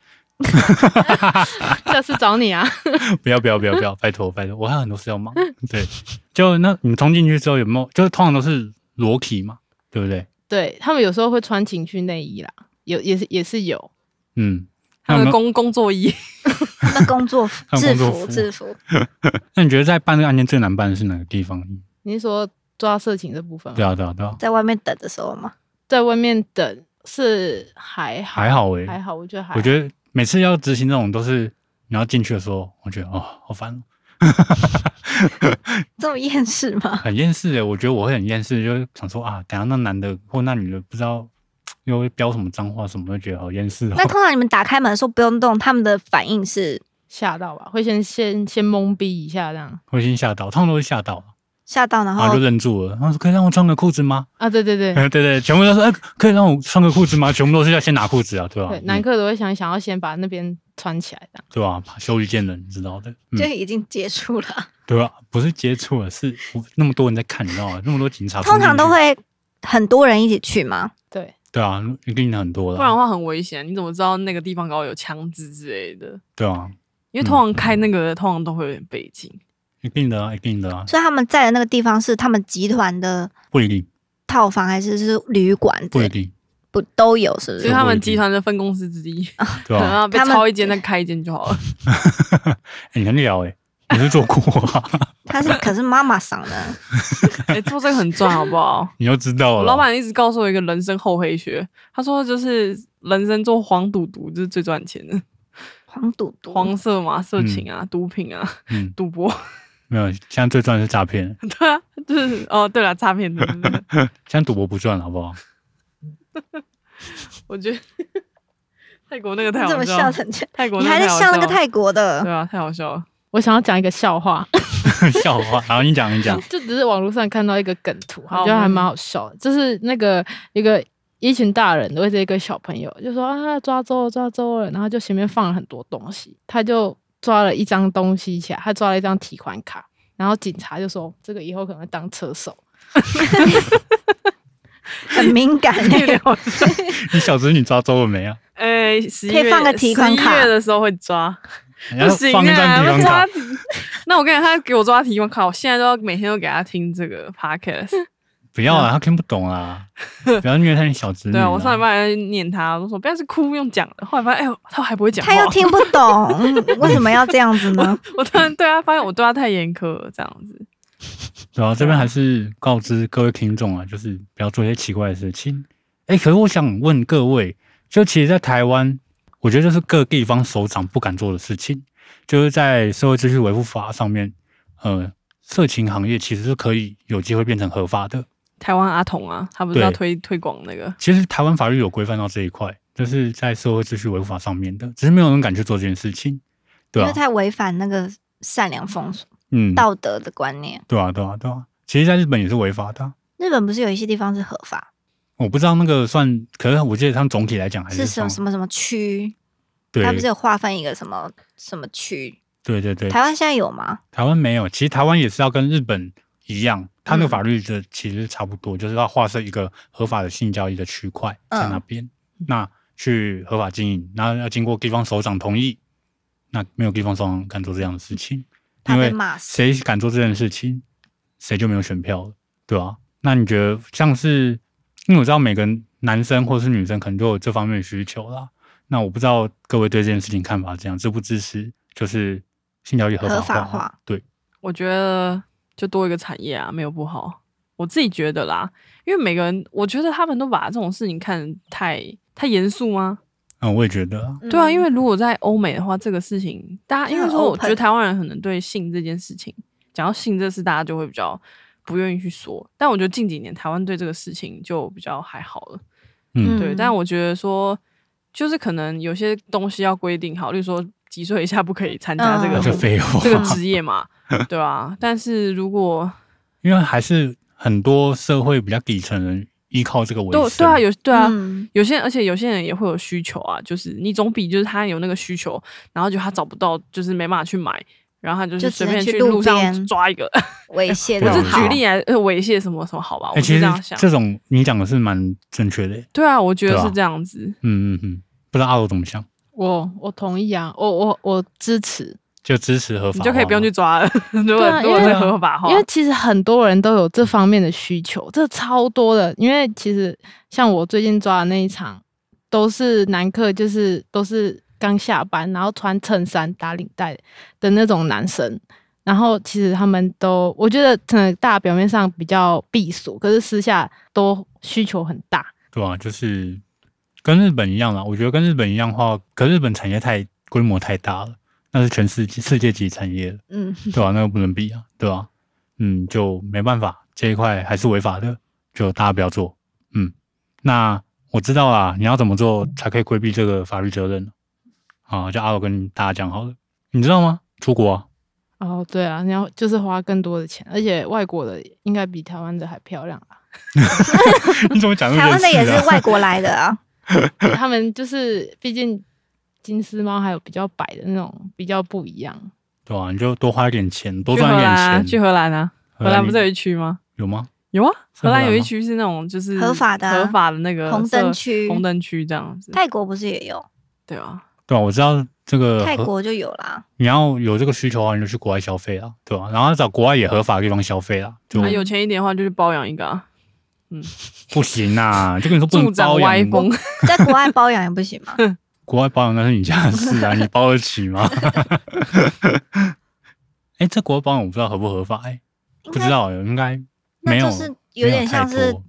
[SPEAKER 4] 下次找你啊，
[SPEAKER 2] 不要不要不要不要，拜托 拜托，我还有很多事要忙。对，就那你冲进去之后有没有？就是通常都是裸体嘛，对不对？
[SPEAKER 4] 对他们有时候会穿情趣内衣啦，有也是也是有，
[SPEAKER 2] 嗯，
[SPEAKER 1] 他
[SPEAKER 2] 那有没
[SPEAKER 1] 们
[SPEAKER 2] 有？
[SPEAKER 1] 工工作衣，
[SPEAKER 3] 那工作服
[SPEAKER 2] 那
[SPEAKER 3] 制
[SPEAKER 2] 工作
[SPEAKER 3] 服
[SPEAKER 2] 服
[SPEAKER 3] 制服，
[SPEAKER 2] 那你觉得在办这个案件最难办的是哪个地方？
[SPEAKER 4] 你是说抓色情这部分吗？
[SPEAKER 2] 对啊对啊对啊，
[SPEAKER 3] 在外面等的时候吗？
[SPEAKER 4] 在外面等是还好，
[SPEAKER 2] 还好诶、
[SPEAKER 4] 还好，我觉得还好
[SPEAKER 2] 我觉得每次要执行这种都是你要进去的时候，我觉得哦好烦哦，
[SPEAKER 3] 这么厌世吗？
[SPEAKER 2] 很厌世诶、欸我觉得我会很厌世，就是想说啊，等一下那男的或那女的不知道又会飙什么脏话什么，就觉得好厌世哦
[SPEAKER 3] 那。通常你们打开门说不用动，他们的反应是
[SPEAKER 4] 吓到吧，会先先先懵逼一下这样
[SPEAKER 2] 我已经吓到，他们都会吓到，
[SPEAKER 3] 吓到，然
[SPEAKER 2] 然
[SPEAKER 3] 后
[SPEAKER 2] 啊后就愣住了。然后说可以让我穿个裤子吗？
[SPEAKER 4] 啊，对 对对。
[SPEAKER 2] 哎，对对，全部都说，哎、可以让我穿个裤子吗？全部都是要先拿裤子啊，对吧、
[SPEAKER 4] 对，
[SPEAKER 2] 嗯
[SPEAKER 4] 男客都会想想要先把那边穿起来，这样
[SPEAKER 2] 对吧、怕羞于见人，你知道的，
[SPEAKER 3] 就
[SPEAKER 2] 嗯，
[SPEAKER 3] 已经结束了。
[SPEAKER 2] 对吧、不是接触了，是我那么多人在看，你知道吗？那么多警察，
[SPEAKER 3] 通常都，会很多人一起去吗？
[SPEAKER 4] 对，
[SPEAKER 2] 对啊，一定很多
[SPEAKER 1] 不然的
[SPEAKER 2] 了，
[SPEAKER 1] 话很危险。你怎么知道那个地方搞有枪支之类的？
[SPEAKER 2] 对啊，
[SPEAKER 1] 因为通常开那个的通常都会有点背景。
[SPEAKER 2] 一定的啊，一定的啊，
[SPEAKER 3] 所以他们在的那个地方是他们集团的
[SPEAKER 2] 不一定，
[SPEAKER 3] 套房，还是是旅馆之
[SPEAKER 2] 不
[SPEAKER 3] 类
[SPEAKER 2] 一
[SPEAKER 3] 的？
[SPEAKER 2] 定，
[SPEAKER 3] 不都有是不
[SPEAKER 1] 就是
[SPEAKER 3] 是？
[SPEAKER 1] 他们集团的分公司之一，
[SPEAKER 2] 对 吧、
[SPEAKER 1] 然后被
[SPEAKER 3] 他们
[SPEAKER 1] 抄一间再开一间就 好了。
[SPEAKER 2] 欸你很了 哎、你是做过啊，
[SPEAKER 3] 他是可是妈妈桑的，
[SPEAKER 1] 哎、做这个很赚，好不 好？
[SPEAKER 2] 你就知道
[SPEAKER 1] 我
[SPEAKER 2] 了。
[SPEAKER 1] 老板一直告诉我一个人生厚黑学，他说就是人生做黄赌毒就是最赚钱的，
[SPEAKER 3] 黄赌毒，
[SPEAKER 1] 黄色嘛，色情啊，毒品啊，
[SPEAKER 2] 嗯，
[SPEAKER 1] 赌博，
[SPEAKER 2] 没有，现在最赚的是诈骗，
[SPEAKER 1] 对啊，就是哦，对了，诈骗，对对对，
[SPEAKER 2] 现在赌博不赚，好不 好？
[SPEAKER 1] 我觉得泰国那个
[SPEAKER 3] 你
[SPEAKER 1] 太好
[SPEAKER 3] 怎么
[SPEAKER 1] 笑
[SPEAKER 3] 笑
[SPEAKER 1] 了，
[SPEAKER 3] 成这样？
[SPEAKER 1] 泰国
[SPEAKER 3] 你
[SPEAKER 1] 个
[SPEAKER 3] 还在
[SPEAKER 1] 太好
[SPEAKER 3] 笑那个
[SPEAKER 1] 笑了
[SPEAKER 3] 泰国的
[SPEAKER 1] 对？啊，太好笑 了，
[SPEAKER 4] 我想要讲一个笑话，
[SPEAKER 2] 笑话，然后你讲 你讲，
[SPEAKER 4] 就只是网络上看到一个梗图，我
[SPEAKER 1] 好
[SPEAKER 4] 觉得还
[SPEAKER 1] 嗯
[SPEAKER 4] 蛮好笑的。就是那个一个一群大人围着一个小朋友，就说啊抓周了抓周了，然后就前面放了很多东西，他就抓了一张东西起来，他抓了一张提款卡，然后警察就说这个以后可能会当车手。
[SPEAKER 3] 很敏 感、欸，
[SPEAKER 2] 你小侄女抓周了没啊？
[SPEAKER 1] 哎，十一
[SPEAKER 3] 可以
[SPEAKER 1] 月
[SPEAKER 3] 放个提款卡
[SPEAKER 1] 11月的时候会 抓，
[SPEAKER 2] 人家
[SPEAKER 1] 不行
[SPEAKER 2] 放一张
[SPEAKER 1] 啊，
[SPEAKER 2] 提
[SPEAKER 1] 要
[SPEAKER 2] 款
[SPEAKER 1] 抓
[SPEAKER 2] 卡，
[SPEAKER 1] 提。那我跟你讲，他给我抓提款卡，我现在都要每天都给他听这个 podcast。
[SPEAKER 2] 不要啦，她听不懂 啦，不要虐待你小侄女
[SPEAKER 1] 对
[SPEAKER 2] 啦。
[SPEAKER 1] 啊，我上礼拜还念他，我都说不要是哭用讲的，后来发现哎呦，他还不会讲话。
[SPEAKER 3] 他又听不懂，为什么要这样子呢？
[SPEAKER 1] 我突然对他发现我对他太严苛了，这样子。
[SPEAKER 2] 对啊，这边还是告知各位听众啊，就是不要做一些奇怪的事情。哎、可是我想问各位，就其实，在台湾，我觉得这是各地方首长不敢做的事情，就是在《社会秩序维护法》上面，呃，色情行业其实是可以有机会变成合法的。
[SPEAKER 1] 台湾阿童啊，他不是要
[SPEAKER 2] 对
[SPEAKER 1] 推推广那个？
[SPEAKER 2] 其实台湾法律有规范到这一块，就是在《社会秩序维护法》上面的，只是没有人敢去做这件事情， 对
[SPEAKER 3] 因
[SPEAKER 2] 啊
[SPEAKER 3] 为，太违反那个善良风俗、
[SPEAKER 2] 嗯，
[SPEAKER 3] 道德的观念。
[SPEAKER 2] 对啊，对啊，对啊。其实，在日本也是违法的啊、
[SPEAKER 3] 日本不是有一些地方是合法，
[SPEAKER 2] 我不知道那个算，可是我记得他们总体来讲还
[SPEAKER 3] 是什
[SPEAKER 2] 算
[SPEAKER 3] 么什么什么区？
[SPEAKER 2] 对
[SPEAKER 3] 它不是有划分一个什么什么区？
[SPEAKER 2] 对对对，
[SPEAKER 3] 台湾现在有吗？
[SPEAKER 2] 台湾没有，其实台湾也是要跟日本一样，它那个
[SPEAKER 3] 嗯
[SPEAKER 2] 法律的其实差不多，就是要划设一个合法的性交易的区块
[SPEAKER 3] 嗯
[SPEAKER 2] 在那边，那去合法经营，那要经过地方首长同意，那没有地方首长敢做这样的事情，
[SPEAKER 3] 怕
[SPEAKER 2] 因
[SPEAKER 3] 被
[SPEAKER 2] 为
[SPEAKER 3] 骂死。
[SPEAKER 2] 谁敢做这件事情，谁就没有选票了，对啊，那你觉得像是，因为我知道每个男生或是女生可能都有这方面的需求啦，那我不知道各位对这件事情看法怎样，支不支持就是性交易合法
[SPEAKER 3] 合
[SPEAKER 2] 化？
[SPEAKER 3] 法化
[SPEAKER 2] 对。
[SPEAKER 1] 我觉得就多一个产业啊，没有不好。我自己觉得啦，因为每个人，我觉得他们都把这种事情看得太太严肃吗？
[SPEAKER 2] 嗯，我也觉得啊，
[SPEAKER 1] 对啊，因为
[SPEAKER 3] 嗯
[SPEAKER 1] 如果在欧美的话，这个事情大家
[SPEAKER 3] 真
[SPEAKER 1] 因
[SPEAKER 3] 的
[SPEAKER 1] 为
[SPEAKER 3] 很
[SPEAKER 1] 说，我
[SPEAKER 3] open
[SPEAKER 1] 觉得台湾人可能对性这件事情，讲到性这事，大家就会比较不愿意去说。但我觉得近几年台湾对这个事情就比较还好了。
[SPEAKER 2] 嗯，
[SPEAKER 1] 对，但我觉得说，就是可能有些东西要规定好，例如说几岁以下不可以参加这
[SPEAKER 3] 嗯
[SPEAKER 1] 个、
[SPEAKER 2] 这废话，
[SPEAKER 1] 这个
[SPEAKER 3] 啊
[SPEAKER 1] 职业嘛，对啊。但是如果
[SPEAKER 2] 因为还是很多社会比较底层人依靠这个为
[SPEAKER 1] 对对
[SPEAKER 2] 生，
[SPEAKER 1] 啊，有对啊，
[SPEAKER 3] 嗯
[SPEAKER 1] 有些而且有些人也会有需求啊，就是你总比就是他有那个需求，然后就他找不到，就是没办法去买。然后他就
[SPEAKER 3] 就是
[SPEAKER 1] 随
[SPEAKER 3] 只能
[SPEAKER 1] 便
[SPEAKER 3] 去
[SPEAKER 1] 去
[SPEAKER 3] 路
[SPEAKER 1] 路上
[SPEAKER 3] 边
[SPEAKER 1] 抓一 个，
[SPEAKER 3] 猥亵
[SPEAKER 2] 哎我
[SPEAKER 3] 的
[SPEAKER 1] 我
[SPEAKER 2] 这
[SPEAKER 1] 是
[SPEAKER 2] 种
[SPEAKER 1] 举
[SPEAKER 2] 好
[SPEAKER 1] 例来呃猥亵什么什么好吧，
[SPEAKER 2] 哎、
[SPEAKER 1] 我
[SPEAKER 2] 其
[SPEAKER 1] 是
[SPEAKER 2] 实
[SPEAKER 1] 这样想。
[SPEAKER 2] 这种你讲的是蛮正确的，
[SPEAKER 1] 对啊，我觉得
[SPEAKER 2] 对啊
[SPEAKER 1] 是这样子。
[SPEAKER 2] 嗯嗯嗯，不知道阿罗怎么想，
[SPEAKER 4] 我我同意啊，我我我支持，
[SPEAKER 2] 就支持合
[SPEAKER 1] 你
[SPEAKER 2] 法化
[SPEAKER 1] 就可以不用去
[SPEAKER 2] 嘛，
[SPEAKER 1] 抓了。 如果
[SPEAKER 4] 对啊
[SPEAKER 1] 如果
[SPEAKER 4] 因为
[SPEAKER 1] 是合法化，
[SPEAKER 4] 因为其实很多人都有这方面的需求，这超多的。因为其实像我最近抓的那一场，都是男客，就是都是刚下班，然后穿衬衫打领带的那种男生。然后其实他们都，我觉得可能大家表面上比较避俗，可是私下都需求很大。
[SPEAKER 2] 对吧、就是跟日本一样啦，我觉得跟日本一样的话，可日本产业太规模太大了，那是全世界世界级产业了，
[SPEAKER 3] 嗯，
[SPEAKER 2] 对吧、那个不能比啊，对吧、嗯，就没办法，这一块还是违法的，就大家不要做。嗯，那我知道啦，你要怎么做才可以规避这个法律责任呢？啊，就阿罗跟大家讲好了，你知道吗？出国 啊，
[SPEAKER 4] 哦，对啊，你要就是花更多的钱，而且外国的应该比台湾的还漂亮啊。
[SPEAKER 2] 你怎么讲这件
[SPEAKER 3] 台湾
[SPEAKER 2] 事、
[SPEAKER 3] 的
[SPEAKER 2] 啊？
[SPEAKER 3] 也是外国来的啊，
[SPEAKER 4] 他们就是毕竟金丝猫还有比较白的那种比较不一样。
[SPEAKER 2] 对啊，你就多花一点钱，多
[SPEAKER 1] 去荷
[SPEAKER 2] 赚一
[SPEAKER 1] 兰啊，
[SPEAKER 2] 点
[SPEAKER 1] 去
[SPEAKER 2] 钱。
[SPEAKER 1] 荷兰啊，荷兰不是有
[SPEAKER 2] 有
[SPEAKER 1] 一区吗？
[SPEAKER 2] 有吗？
[SPEAKER 1] 有啊，
[SPEAKER 2] 是
[SPEAKER 1] 荷
[SPEAKER 2] 荷
[SPEAKER 1] 兰
[SPEAKER 2] 兰
[SPEAKER 1] 有一
[SPEAKER 2] 吗
[SPEAKER 1] 区是那种就是
[SPEAKER 3] 合法的啊
[SPEAKER 1] 合法的那个
[SPEAKER 3] 红灯
[SPEAKER 1] 色
[SPEAKER 3] 区
[SPEAKER 1] 红灯区这样子。
[SPEAKER 3] 泰国不是也有？
[SPEAKER 1] 对啊，
[SPEAKER 2] 对吧、我知道这个
[SPEAKER 3] 泰
[SPEAKER 2] 合
[SPEAKER 3] 国就有啦，
[SPEAKER 2] 你要有这个需求的话，你就去国外消费啊，对吧、然后找国外也合法的地方消费啊，就
[SPEAKER 1] 啊，有钱一点的话就去包养一个、啊，
[SPEAKER 2] 不行啊，就跟你说不
[SPEAKER 1] 助
[SPEAKER 2] 能
[SPEAKER 1] 长
[SPEAKER 2] 包养
[SPEAKER 1] 歪
[SPEAKER 2] 你
[SPEAKER 1] 风。
[SPEAKER 3] 在国外包养也不行吗？
[SPEAKER 2] 国外包养那是你家的事啊，你包得起 吗？哎、这国外包养我不知道合不合法、哎，
[SPEAKER 3] 应
[SPEAKER 2] 不
[SPEAKER 3] 该
[SPEAKER 2] 知道，应该 没
[SPEAKER 3] 那
[SPEAKER 2] 有，
[SPEAKER 3] 就是有点像
[SPEAKER 2] 没有太
[SPEAKER 3] 是
[SPEAKER 2] 多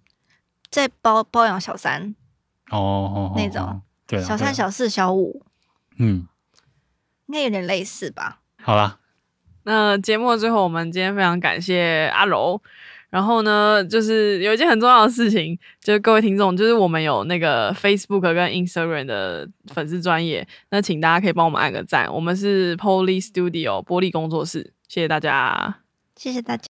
[SPEAKER 3] 在包包养小三、
[SPEAKER 2] 哦哦哦
[SPEAKER 3] 那种
[SPEAKER 2] 哦对啊
[SPEAKER 3] 小
[SPEAKER 2] 对啊
[SPEAKER 3] 三、小四、小五，
[SPEAKER 2] 嗯，
[SPEAKER 3] 应该有点类似吧？
[SPEAKER 2] 好啦，
[SPEAKER 1] 那节目的最后，我们今天非常感谢阿柔。然后呢，就是有一件很重要的事情，就是各位听众，就是我们有那个 Facebook 跟 Instagram 的粉丝专业，那请大家可以帮我们按个赞。我们是 Poly Studio 玻璃工作室，谢谢大家。
[SPEAKER 3] 谢谢大家。